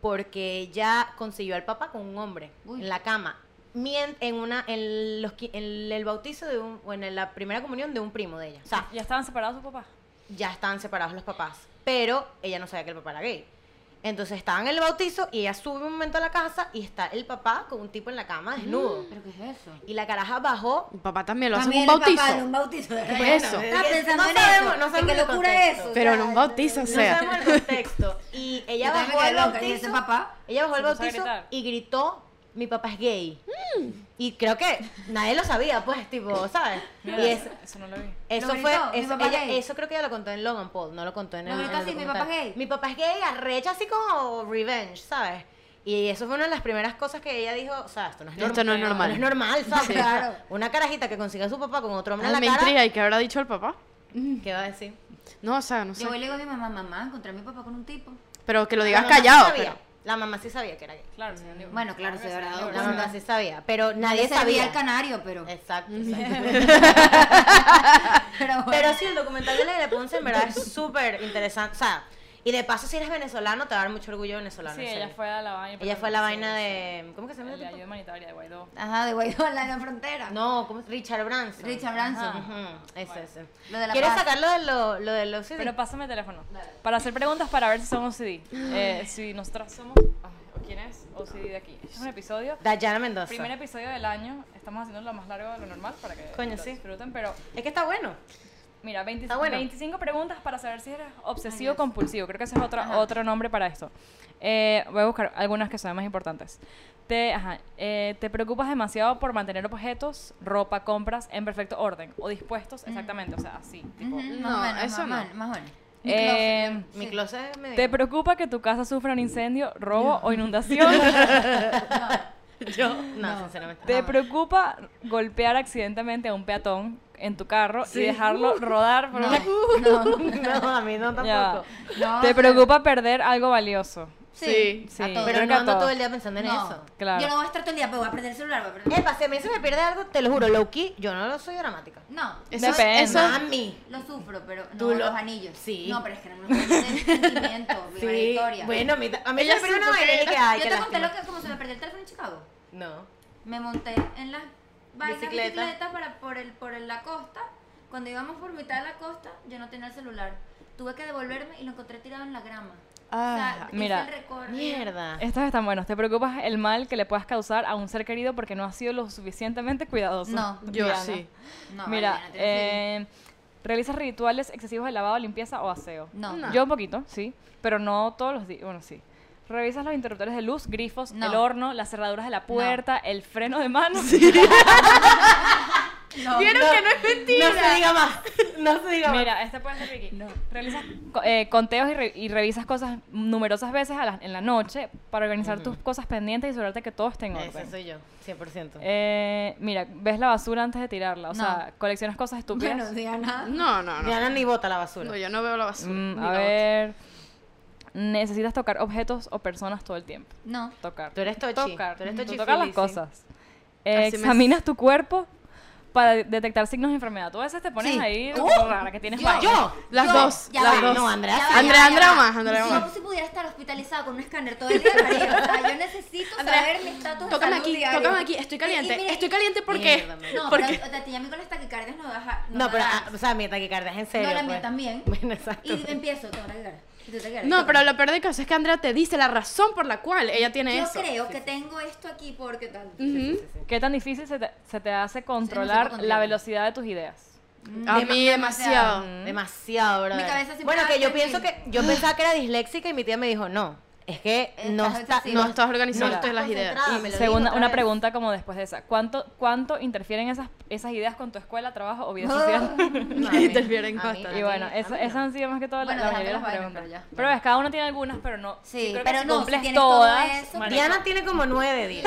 Speaker 1: porque ella consiguió al papá con un hombre
Speaker 5: Uy.
Speaker 1: en la cama. Mien- en una en, los, qui- en el bautizo de un, o en la primera comunión de un primo de ella. O sea,
Speaker 2: ¿Ya estaban separados sus papás?
Speaker 1: ya estaban separados los papás, pero ella no sabía que el papá era gay. Entonces estaban en el bautizo y ella sube un momento a la casa y está el papá con un tipo en la cama desnudo.
Speaker 5: ¿Pero qué es eso?
Speaker 1: Y la caraja bajó.
Speaker 3: Mi papá también lo hace en
Speaker 5: También
Speaker 3: un
Speaker 5: el papá de
Speaker 3: bautizo.
Speaker 5: un bautizo.
Speaker 3: ¿Qué es eso?
Speaker 5: Está pensando
Speaker 1: No
Speaker 5: en
Speaker 1: sabemos,
Speaker 5: eso.
Speaker 1: no sabemos
Speaker 5: ¿Qué
Speaker 1: el
Speaker 5: locura es
Speaker 1: contexto.
Speaker 5: eso?
Speaker 3: Pero en un bautizo, o sea.
Speaker 1: No sabemos el contexto. Y ella
Speaker 5: Yo también
Speaker 1: bajó
Speaker 5: me
Speaker 1: al
Speaker 5: quedé loca, ¿y ese
Speaker 1: bautizo.
Speaker 5: papá?
Speaker 1: Ella bajó al
Speaker 2: Se puso a
Speaker 1: bautizo
Speaker 2: gritar.
Speaker 1: y gritó mi papá es gay. Y creo que nadie lo sabía, pues, tipo, ¿sabes?
Speaker 2: Mira,
Speaker 1: Y es,
Speaker 2: eso no lo vi.
Speaker 1: eso
Speaker 5: Lo
Speaker 1: fue,
Speaker 5: gritó, mi
Speaker 1: eso,
Speaker 5: papá es
Speaker 1: ella-
Speaker 5: gay.
Speaker 1: eso creo que ella lo contó en Logan Paul, no lo contó en
Speaker 5: Lo
Speaker 1: el, en
Speaker 5: gritó
Speaker 1: el
Speaker 5: así, mi
Speaker 1: documental.
Speaker 5: papá es gay.
Speaker 1: Mi papá es gay, arrecha así como revenge, ¿sabes? Y eso fue una de las primeras cosas que ella dijo, o sea, esto no es normal.
Speaker 3: Esto no es normal.
Speaker 1: No es normal, ¿sabes?
Speaker 5: Claro.
Speaker 1: Una carajita que consiga a su papá con otro hombre en
Speaker 3: Ah,
Speaker 1: la
Speaker 3: me
Speaker 1: cara.
Speaker 3: intriga, ¿y qué habrá dicho el papá?
Speaker 1: ¿Qué va a decir?
Speaker 3: No, o sea, no sé.
Speaker 5: Yo voy y le digo a mi mamá, mamá, encontré a mi papá con un tipo.
Speaker 3: Pero que lo
Speaker 1: La
Speaker 3: digas
Speaker 1: mamá sí
Speaker 3: callado.
Speaker 1: sabía.
Speaker 3: pero-
Speaker 1: La mamá sí sabía que era gay.
Speaker 2: Claro, señor Newman.
Speaker 5: Bueno, claro, se habrá dado
Speaker 1: La
Speaker 5: Bueno,
Speaker 1: mamá
Speaker 5: no.
Speaker 1: sí sabía, pero nadie
Speaker 5: Le servía
Speaker 1: sabía.
Speaker 5: el canario, pero.
Speaker 1: Exacto, exacto.
Speaker 5: Pero bueno.
Speaker 1: Pero sí, el documental de la de Ponce en verdad es súper interesante. O sea, y de paso, si eres venezolano, te va a dar mucho orgullo venezolano.
Speaker 2: Sí,
Speaker 1: en serio.
Speaker 2: ella fue a la vaina.
Speaker 1: Ella fue la
Speaker 2: sí,
Speaker 1: vaina
Speaker 2: sí.
Speaker 1: de. ¿Cómo que se llama?
Speaker 2: La
Speaker 1: el
Speaker 2: ayuda
Speaker 1: tipo?
Speaker 2: humanitaria de Guaidó.
Speaker 5: Ajá, de Guaidó en la frontera.
Speaker 1: No, ¿cómo? Richard Branson.
Speaker 5: Richard Branson.
Speaker 2: Ajá.
Speaker 1: Ujú, ese,
Speaker 2: Bueno.
Speaker 1: ese.
Speaker 5: Lo de la
Speaker 1: ¿Quieres
Speaker 5: paz.
Speaker 1: sacar lo de lo, lo de los CD?
Speaker 2: Pero pásame el teléfono. Para hacer preguntas para ver si son OCD. Eh, si nosotras somos. ay, ¿o ¿Quién es OCD de aquí? Este es un episodio.
Speaker 1: Dayana Mendoza.
Speaker 2: Primer episodio del año. Estamos haciendo lo más largo de lo normal para que
Speaker 1: Coño,
Speaker 2: lo
Speaker 1: sí.
Speaker 2: disfruten. Pero
Speaker 1: Es que está bueno.
Speaker 2: mira, 20
Speaker 1: Está bueno.
Speaker 2: 25 preguntas para saber si eres obsesivo compulsivo. Creo que ese es otro, otro nombre para esto. Eh, voy a buscar algunas que sean más importantes. Te, ajá, eh, ¿Te preocupas demasiado por mantener objetos, ropa, compras en perfecto orden o
Speaker 1: Mm.
Speaker 2: dispuestos exactamente? O sea, así. Tipo,
Speaker 5: Ujú, más
Speaker 3: No,
Speaker 5: o menos,
Speaker 3: eso
Speaker 5: más o
Speaker 3: no.
Speaker 5: menos, Más o menos.
Speaker 2: Eh,
Speaker 1: Mi closet es medio.
Speaker 2: ¿Te preocupa que tu casa sufra un incendio, robo o inundación?
Speaker 1: Yo, no, sinceramente.
Speaker 2: ¿Te preocupa golpear accidentalmente a un peatón en tu carro y dejarlo rodar? por una-
Speaker 1: No, a mí no tampoco.
Speaker 2: Ya.
Speaker 5: No,
Speaker 2: ¿Te
Speaker 5: pero-
Speaker 2: preocupa perder algo valioso?
Speaker 3: Sí,
Speaker 2: sí.
Speaker 5: a
Speaker 1: Pero
Speaker 5: todos.
Speaker 2: Creo que
Speaker 1: no
Speaker 2: a
Speaker 1: ando
Speaker 2: todos.
Speaker 1: todo el día pensando en
Speaker 5: No,
Speaker 1: eso.
Speaker 2: Claro.
Speaker 5: Yo no voy a estar todo el día, pero voy a perder el celular. Voy a perder...
Speaker 1: Epa, si a mí se me pierde algo, te lo juro, low key, yo no lo soy dramática.
Speaker 5: No,
Speaker 3: Eso, es-
Speaker 2: Depende.
Speaker 3: eso,
Speaker 1: Mami.
Speaker 5: lo sufro, pero no
Speaker 1: Tú lo-
Speaker 5: los anillos.
Speaker 1: sí.
Speaker 5: No, pero es que no me gusta el sentimiento, mi historia.
Speaker 1: Bueno, a mí, ta- a mí
Speaker 3: Ella
Speaker 1: se me perdió una
Speaker 3: supo que
Speaker 1: vaina y
Speaker 3: era-
Speaker 1: que ay,
Speaker 5: yo
Speaker 1: qué
Speaker 5: te conté
Speaker 1: lástima.
Speaker 5: lo que como se me perdió el teléfono en Chicago.
Speaker 1: No.
Speaker 5: Me monté en las vainas
Speaker 1: Bicicleta.
Speaker 5: bicicletas para por el por el- la costa. Cuando íbamos por mitad de la costa, yo no tenía el celular. Tuve que devolverme y lo encontré tirado en la grama. o sea,
Speaker 3: Ah,
Speaker 5: hice
Speaker 2: mira.
Speaker 5: el recorrido.
Speaker 1: Mierda.
Speaker 2: Estos están buenos. ¿Te preocupas el mal que le puedas causar a un ser querido porque no has sido lo suficientemente cuidadoso?
Speaker 5: No,
Speaker 3: yo
Speaker 2: Diana.
Speaker 3: sí.
Speaker 5: No,
Speaker 2: Mira,
Speaker 5: Valeria, no
Speaker 2: eh,
Speaker 5: tienes
Speaker 2: ¿realizas rituales excesivos de lavado, limpieza o aseo?
Speaker 5: No.
Speaker 3: No.
Speaker 2: Yo un poquito, sí, pero no todos los días. Bueno, sí. ¿Revisas los interruptores de luz, grifos,
Speaker 5: No.
Speaker 2: el horno, las cerraduras de la puerta, el freno de mano?
Speaker 5: No,
Speaker 3: ¿Vieron que no es mentira?
Speaker 1: No se diga más. No se diga más.
Speaker 2: Mira, este puede ser Ricky. Realizas co- eh, conteos y, re- y revisas cosas numerosas veces a la- en la noche para organizar tus cosas pendientes y asegurarte que todo esté en orden.
Speaker 1: Ese soy yo, 100%.
Speaker 2: pues. Eh, mira, ves la basura antes de tirarla. O
Speaker 5: No.
Speaker 2: sea, coleccionas cosas estúpidas.
Speaker 5: Bueno, Diana.
Speaker 3: No, no, no.
Speaker 1: Diana ni bota la basura.
Speaker 3: No, yo no veo la basura.
Speaker 2: Mm,
Speaker 3: ni
Speaker 2: a
Speaker 3: la
Speaker 2: ver. Necesitas tocar objetos o personas todo el tiempo.
Speaker 5: No.
Speaker 2: Tocar.
Speaker 1: Tú eres tochi.
Speaker 2: Tocar.
Speaker 1: Tú eres tochi
Speaker 2: tocas las
Speaker 1: fili, sí.
Speaker 2: cosas. Eh,
Speaker 3: Así me-
Speaker 2: examinas tu cuerpo para de- detectar signos de enfermedad. Tú a veces te pones
Speaker 5: Sí.
Speaker 2: ahí
Speaker 1: Oh,
Speaker 5: Uh,
Speaker 2: como rara que tienes
Speaker 5: yo.
Speaker 2: vaina.
Speaker 1: Yo.
Speaker 3: otra. Las
Speaker 5: Yo,
Speaker 3: dos,
Speaker 5: ya
Speaker 3: las
Speaker 5: va,
Speaker 3: dos.
Speaker 1: No, Andrea,
Speaker 5: Ya
Speaker 1: sí.
Speaker 5: va,
Speaker 3: Andrea,
Speaker 5: ya
Speaker 3: Andrea
Speaker 5: va.
Speaker 3: más, Andrea
Speaker 5: Si
Speaker 3: más.
Speaker 5: Yo si pudiera estar hospitalizada con un escáner todo el día, marido, o sea, yo necesito
Speaker 3: Andrea,
Speaker 5: saber mi estatus de
Speaker 3: Tócame
Speaker 5: salud
Speaker 3: aquí,
Speaker 5: diario.
Speaker 3: tócame aquí. Estoy
Speaker 5: Y- y
Speaker 3: caliente.
Speaker 5: mira,
Speaker 3: Estoy
Speaker 5: y-
Speaker 3: caliente porque.
Speaker 1: Mierda,
Speaker 5: No,
Speaker 3: porque-
Speaker 5: pero o sea, te- a mí con las taquicardias no baja.
Speaker 1: No, pero,
Speaker 5: baja.
Speaker 1: ah, o sea, mi taquicardia es en serio.
Speaker 5: No, la mía
Speaker 1: pues.
Speaker 5: también.
Speaker 1: Bueno, exacto.
Speaker 5: Y empiezo, tengo taquicardia. y tú taquicardia,
Speaker 3: No,
Speaker 5: tengo.
Speaker 3: pero lo peor de caso es que Andrea te dice la razón por la cual ella tiene
Speaker 5: Yo
Speaker 3: eso.
Speaker 5: creo que tengo esto aquí porque tal.
Speaker 3: Ujú.
Speaker 2: ¿Qué tan difícil se te, se te hace controlar la
Speaker 5: controlar.
Speaker 2: velocidad de tus ideas?
Speaker 3: A mí demasiado.
Speaker 1: Mm, Demasiado, bro.
Speaker 5: cabeza siempre
Speaker 1: Bueno,
Speaker 5: va
Speaker 1: que
Speaker 5: a
Speaker 1: yo
Speaker 5: tener-
Speaker 1: pienso que. Yo pensaba que era disléxica y mi tía me dijo, no. Es que no
Speaker 5: Estás
Speaker 1: está.
Speaker 5: obsesiva.
Speaker 1: no
Speaker 3: No estás organizando
Speaker 1: No,
Speaker 3: todas las ideas.
Speaker 1: concentrada, Ah, me lo dijo
Speaker 2: Segunda,
Speaker 1: otra
Speaker 2: una
Speaker 1: vez.
Speaker 2: pregunta como después de esa. ¿Cuánto, cuánto interfieren esas, esas ideas con tu escuela, trabajo o vida social?
Speaker 1: No, a mí-
Speaker 3: Interfieren
Speaker 1: a mí-
Speaker 3: bastante.
Speaker 1: a
Speaker 2: Y
Speaker 1: mí-
Speaker 2: bueno,
Speaker 1: a mí
Speaker 2: eso-
Speaker 1: no.
Speaker 2: esas han sido más que todas las
Speaker 5: Bueno,
Speaker 2: la
Speaker 5: déjate
Speaker 2: mayoría de
Speaker 5: las
Speaker 2: las
Speaker 5: vainas,
Speaker 2: preguntas.
Speaker 5: pero ya.
Speaker 2: Pero ves, cada una tiene algunas, pero no.
Speaker 5: Sí,
Speaker 2: creo que
Speaker 5: pero
Speaker 2: si
Speaker 5: no, si
Speaker 2: cumples
Speaker 5: tienes todo
Speaker 2: todas.
Speaker 5: eso,
Speaker 2: marica,
Speaker 1: Diana tiene como 9 de 10.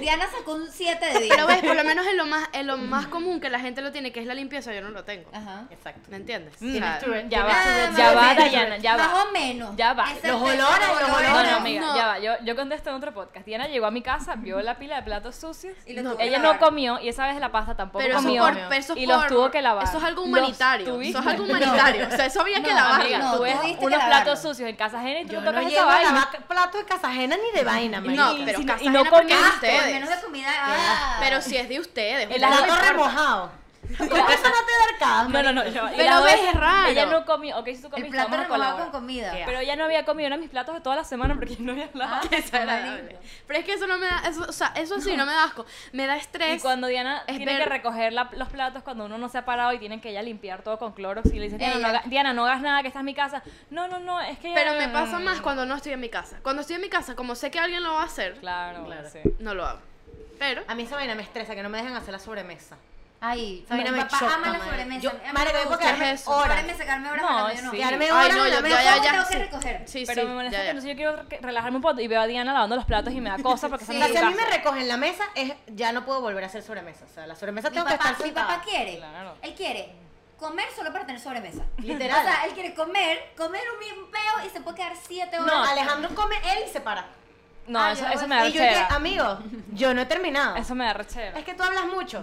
Speaker 5: Diana sacó un 7 de 10.
Speaker 3: Pero ves, por lo menos en lo más, en lo más común que la gente lo tiene, que es la limpieza, yo no lo tengo.
Speaker 5: Ajá.
Speaker 1: Exacto.
Speaker 3: ¿Me entiendes?
Speaker 2: Mm.
Speaker 1: Tienes
Speaker 3: O sea,
Speaker 1: tu red-
Speaker 2: Ya
Speaker 1: tienes
Speaker 2: va,
Speaker 1: tu red
Speaker 5: más
Speaker 2: ya
Speaker 5: o
Speaker 1: flag.
Speaker 2: va,
Speaker 5: menos.
Speaker 2: Dayana, ya va.
Speaker 5: Más o menos.
Speaker 2: Ya va.
Speaker 5: Esa
Speaker 1: Los
Speaker 5: es la-
Speaker 1: olores, los
Speaker 2: No,
Speaker 1: olores.
Speaker 2: no, amiga,
Speaker 3: No.
Speaker 2: ya va. Yo, yo contesto en otro podcast. Diana llegó a mi casa, vio la pila de platos sucios.
Speaker 5: Y lo tuvo que
Speaker 2: Ella no
Speaker 5: lavar.
Speaker 2: comió y esa vez la pasta tampoco
Speaker 3: Pero eso,
Speaker 2: comió.
Speaker 3: por, pero eso
Speaker 2: y
Speaker 3: por-
Speaker 2: los tuvo que lavar.
Speaker 3: Eso es algo
Speaker 2: Los
Speaker 3: humanitario. Eso es
Speaker 2: tuviste.
Speaker 3: algo humanitario. O sea, eso había que
Speaker 2: No,
Speaker 3: lavarlo.
Speaker 2: amiga,
Speaker 5: No,
Speaker 2: tú ves
Speaker 5: tuviste que
Speaker 2: unos
Speaker 5: lavarlo.
Speaker 2: platos sucios en casa ajena y tú
Speaker 1: Yo
Speaker 2: no tocas
Speaker 1: no
Speaker 2: esa
Speaker 1: llevo a
Speaker 2: vaina.
Speaker 1: lavar plato de casa ajena ni de vaina, marica.
Speaker 3: No, pero
Speaker 2: y
Speaker 3: casa
Speaker 2: no
Speaker 3: ajena porque es
Speaker 2: comiste.
Speaker 3: de
Speaker 5: Ah, por lo menos
Speaker 3: ustedes.
Speaker 5: de comida. Ah.
Speaker 3: Pero si es de ustedes.
Speaker 2: El
Speaker 3: ustedes-
Speaker 1: plato
Speaker 2: no importa.
Speaker 1: remojado. ¿Cómo eso no te da arcadas,
Speaker 2: No, no, no.
Speaker 1: marico?
Speaker 2: yo- y
Speaker 3: Pero
Speaker 2: las dos
Speaker 3: ves,
Speaker 2: veces,
Speaker 3: es raro.
Speaker 2: Ella no comió. Ok, si tú comiste,
Speaker 5: El plato
Speaker 2: vamos a
Speaker 5: renovado
Speaker 2: colaborar.
Speaker 5: con comida.
Speaker 1: Qué
Speaker 2: Pero ella no había comido uno de mis platos de toda la semana porque yo no había hablado.
Speaker 5: Ah,
Speaker 3: Qué desagradable. Pero es que eso no me da, eso, o sea, eso sí no me da asco. Me da estrés.
Speaker 2: Y cuando Diana
Speaker 3: es
Speaker 2: tiene
Speaker 3: ver-
Speaker 2: que recoger la- los platos cuando uno no se ha parado y tienen que ella limpiar todo con clorox y le dice, Diana no,
Speaker 5: Ella.
Speaker 2: haga- Diana, no hagas nada, que esta es mi casa. No, no, no, es que...
Speaker 3: Pero me pasa
Speaker 2: Em.
Speaker 3: más cuando no estoy en mi casa. Cuando estoy en mi casa, como sé que alguien lo va a hacer,
Speaker 2: Claro,
Speaker 1: Claro.
Speaker 2: sí.
Speaker 3: no lo hago. Pero
Speaker 1: A mí esa vaina me estresa, que no me dejan hacer la sobremesa.
Speaker 5: Ay,
Speaker 1: Esa vaina
Speaker 5: mi
Speaker 1: me
Speaker 5: papá
Speaker 1: choca,
Speaker 5: ama la
Speaker 1: madre.
Speaker 5: sobremesa.
Speaker 1: Yo-
Speaker 5: A mí no
Speaker 1: madre,
Speaker 5: me
Speaker 1: tengo que
Speaker 5: gusta.
Speaker 1: quedarme
Speaker 3: ¿Qué es eso?
Speaker 1: horas.
Speaker 5: Ahora me sacarme horas
Speaker 2: No,
Speaker 5: no, yo no.
Speaker 2: sí.
Speaker 1: Quedarme
Speaker 3: Ay,
Speaker 1: horas
Speaker 3: no,
Speaker 1: en la
Speaker 3: yo-
Speaker 1: mesa.
Speaker 3: ya, ya,
Speaker 5: ¿Cómo
Speaker 3: ya.
Speaker 5: tengo que
Speaker 3: sí.
Speaker 5: recoger?
Speaker 3: Sí,
Speaker 2: Pero
Speaker 3: sí,
Speaker 2: me molesta
Speaker 3: ya,
Speaker 2: que
Speaker 3: ya.
Speaker 2: entonces yo quiero re- relajarme un poco y veo a Diana lavando los platos y me da cosa porque
Speaker 1: O
Speaker 2: se
Speaker 1: sea, si a mí
Speaker 2: me
Speaker 1: me recogen la mesa, es, ya no puedo volver a hacer sobremesa. O sea, la sobremesa
Speaker 5: Mi
Speaker 1: tengo que
Speaker 5: papá,
Speaker 1: estar
Speaker 5: mi
Speaker 1: sentada.
Speaker 5: papá quiere.
Speaker 2: Claro.
Speaker 5: Él quiere comer solo para tener sobremesa.
Speaker 1: Literal.
Speaker 5: O sea, él quiere comer, comer un bien peo y se puede quedar siete horas.
Speaker 1: No, Alejandro come él y se para.
Speaker 2: No,
Speaker 5: Ah,
Speaker 2: eso,
Speaker 5: yo-
Speaker 2: eso me da
Speaker 1: y yo dije,
Speaker 2: rechera.
Speaker 1: amigo, yo no he terminado.
Speaker 2: Eso me da rechera.
Speaker 1: Es que tú hablas mucho.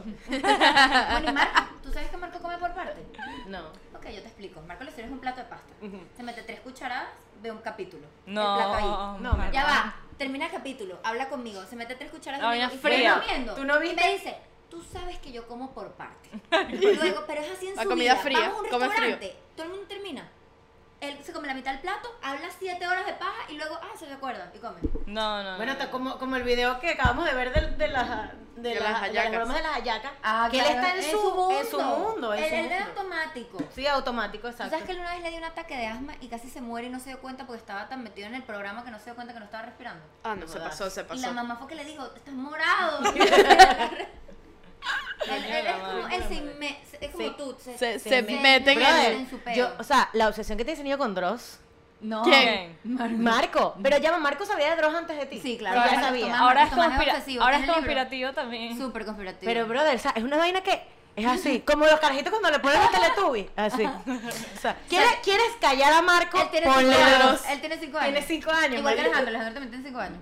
Speaker 5: Bueno, y Marco, ¿tú sabes que Marco come por parte?
Speaker 1: No.
Speaker 5: Ok, yo te explico. Marco le sirves un plato de pasta.
Speaker 1: Ujú.
Speaker 5: Se mete tres cucharadas, ve un capítulo. El plato ahí.
Speaker 2: No,
Speaker 1: No,
Speaker 2: no,
Speaker 5: Ya va, termina el capítulo, habla conmigo, se mete tres cucharadas
Speaker 2: La
Speaker 5: de
Speaker 2: vaina
Speaker 5: y
Speaker 2: fría.
Speaker 5: sigue comiendo.
Speaker 1: ¿Tú no
Speaker 5: Y
Speaker 1: viste?
Speaker 5: me dice, tú sabes que yo como por parte. Y Luego, pero es así en
Speaker 3: La
Speaker 5: su
Speaker 3: comida
Speaker 5: vida.
Speaker 3: fría,
Speaker 5: Vamos a un
Speaker 3: come frío.
Speaker 5: restaurante, todo el mundo termina. Él se come la mitad del plato, habla siete horas de paja y luego, ah, se le acuerda y come.
Speaker 2: No, no.
Speaker 1: Bueno,
Speaker 2: no.
Speaker 1: ta- como, como el video que acabamos de ver de, de las de,
Speaker 3: De
Speaker 1: las-
Speaker 3: las
Speaker 1: de
Speaker 3: hayacas.
Speaker 1: las bromas de las hallacas.
Speaker 5: Ah,
Speaker 1: que él
Speaker 5: claro,
Speaker 1: está en, su, en su mundo. en
Speaker 5: Él,
Speaker 1: su
Speaker 5: él era
Speaker 1: mundo.
Speaker 5: automático.
Speaker 1: Sí, automático,
Speaker 5: ¿Tú
Speaker 1: exacto.
Speaker 5: sabes que él una vez le dio un ataque de asma y casi se muere y no se dio cuenta porque estaba tan metido en el programa que no se dio cuenta que no estaba respirando?
Speaker 3: Ah, no, se
Speaker 1: jodas.
Speaker 3: pasó, se
Speaker 5: Y la
Speaker 3: pasó.
Speaker 5: mamá fue que le dijo, estás morado. él, él es
Speaker 2: la
Speaker 5: como,
Speaker 2: madre.
Speaker 5: él se inme- se- es como
Speaker 1: Sí.
Speaker 5: tú. Se,
Speaker 3: Se,
Speaker 5: se
Speaker 3: se
Speaker 5: mete-
Speaker 3: meten en
Speaker 5: Brother.
Speaker 3: el...
Speaker 5: en su peo.
Speaker 1: yo, o sea, la obsesión que tienes tenido con Dross.
Speaker 5: No.
Speaker 3: ¿Quién?
Speaker 1: Marco, pero ya Marco sabía de Dross antes de ti.
Speaker 5: Sí,
Speaker 1: Pero
Speaker 5: claro.
Speaker 1: ya
Speaker 5: Marco
Speaker 1: sabía.
Speaker 5: Tomás.
Speaker 2: Ahora es,
Speaker 5: Tomás es
Speaker 2: conspira-
Speaker 5: obsesivo,
Speaker 2: ahora es
Speaker 5: tiene el libro.
Speaker 2: conspirativo también.
Speaker 5: Súper conspirativo.
Speaker 1: Pero, brother, o sea, es una vaina que es así, como los carajitos cuando le ponen el Teletubby. Así. O sea, ¿quieres, ¿quieres callar a Marco?
Speaker 5: él tiene
Speaker 1: Ponle
Speaker 5: cinco
Speaker 1: a
Speaker 5: años.
Speaker 1: Dross.
Speaker 5: Él tiene cinco años.
Speaker 1: Tiene cinco años,
Speaker 5: Igual
Speaker 1: marico.
Speaker 5: que Alejandro. Alejandro también tiene cinco años.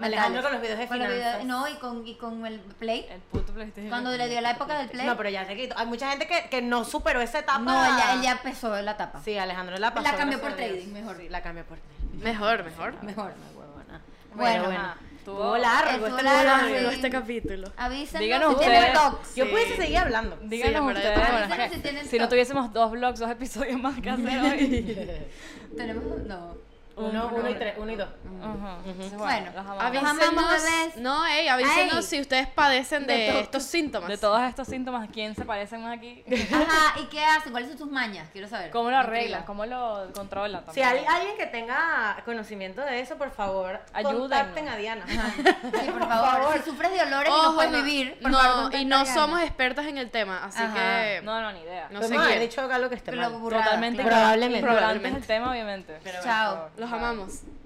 Speaker 1: Alejandro con los videos de
Speaker 5: Con los videos-
Speaker 1: finanzas.
Speaker 5: No, y con, y con el play.
Speaker 2: El puto PlayStation.
Speaker 5: Cuando le dio la época del play.
Speaker 1: No, pero ya se quitó. Hay mucha gente que, que no superó esa etapa.
Speaker 5: No, él ya, él ya empezó la tapa.
Speaker 1: Sí, Alejandro la pasó.
Speaker 5: La cambió
Speaker 1: gracias
Speaker 5: por
Speaker 1: a Dios.
Speaker 5: trading, mejor.
Speaker 1: Sí, la cambió por trading.
Speaker 3: Mejor, mejor.
Speaker 5: Mejor.
Speaker 1: Bueno,
Speaker 5: Bueno,
Speaker 1: bueno.
Speaker 2: ajá.
Speaker 1: Estuvo largo.
Speaker 5: Estuvo
Speaker 1: estuvo
Speaker 5: largo,
Speaker 1: largo.
Speaker 5: sí.
Speaker 3: este capítulo.
Speaker 5: Avísenos
Speaker 2: Díganos
Speaker 5: si tienen
Speaker 2: ustedes.
Speaker 5: tox.
Speaker 1: Yo
Speaker 3: Sí.
Speaker 1: pudiese seguir hablando.
Speaker 2: Díganos
Speaker 3: Sí, la verdad,
Speaker 2: ustedes,
Speaker 3: yo
Speaker 2: bueno,
Speaker 5: también.
Speaker 2: es que
Speaker 5: Dicen si
Speaker 2: si no
Speaker 5: tienen
Speaker 2: tuviésemos dos vlogs, dos episodios más que hacer hoy.
Speaker 5: Tenemos. No.
Speaker 1: Uno, uno y tres, uno y dos.
Speaker 2: Ajá. Entonces,
Speaker 5: Bueno,
Speaker 2: bueno, los amamos.
Speaker 5: amamos,
Speaker 3: Avísenos,
Speaker 5: bebés.
Speaker 3: no, ey, avísenos
Speaker 5: Ay.
Speaker 3: si ustedes padecen de,
Speaker 5: De todo.
Speaker 3: estos síntomas.
Speaker 2: De todos estos síntomas, ¿quién se parecen más aquí?
Speaker 5: Ajá, ¿y qué hacen? ¿Cuáles son tus mañas? Quiero saber.
Speaker 2: ¿Cómo lo arreglan?
Speaker 5: Intriga.
Speaker 2: ¿Cómo lo controlan?
Speaker 1: Si hay alguien que tenga conocimiento de eso, por favor,
Speaker 2: Ayúdennos.
Speaker 1: contacten a Diana.
Speaker 5: Sí, por favor. Si sufres de olores y no
Speaker 3: Ojo,
Speaker 5: puedes
Speaker 3: no,
Speaker 5: vivir, por favor,
Speaker 3: no,
Speaker 5: contacta
Speaker 3: y
Speaker 5: a
Speaker 3: no
Speaker 5: Diana.
Speaker 3: somos expertas en el tema, así
Speaker 5: Ajá.
Speaker 3: que
Speaker 2: No, no, ni idea.
Speaker 3: no
Speaker 1: Pues
Speaker 3: sé
Speaker 1: me
Speaker 3: quién.
Speaker 1: he dicho algo que esté
Speaker 5: Que lo
Speaker 1: mal.
Speaker 5: burrada.
Speaker 2: Totalmente.
Speaker 1: Probablemente.
Speaker 2: Ignorantes
Speaker 3: Probablemente.
Speaker 2: del tema, obviamente.
Speaker 5: Chao.
Speaker 3: Los amamos.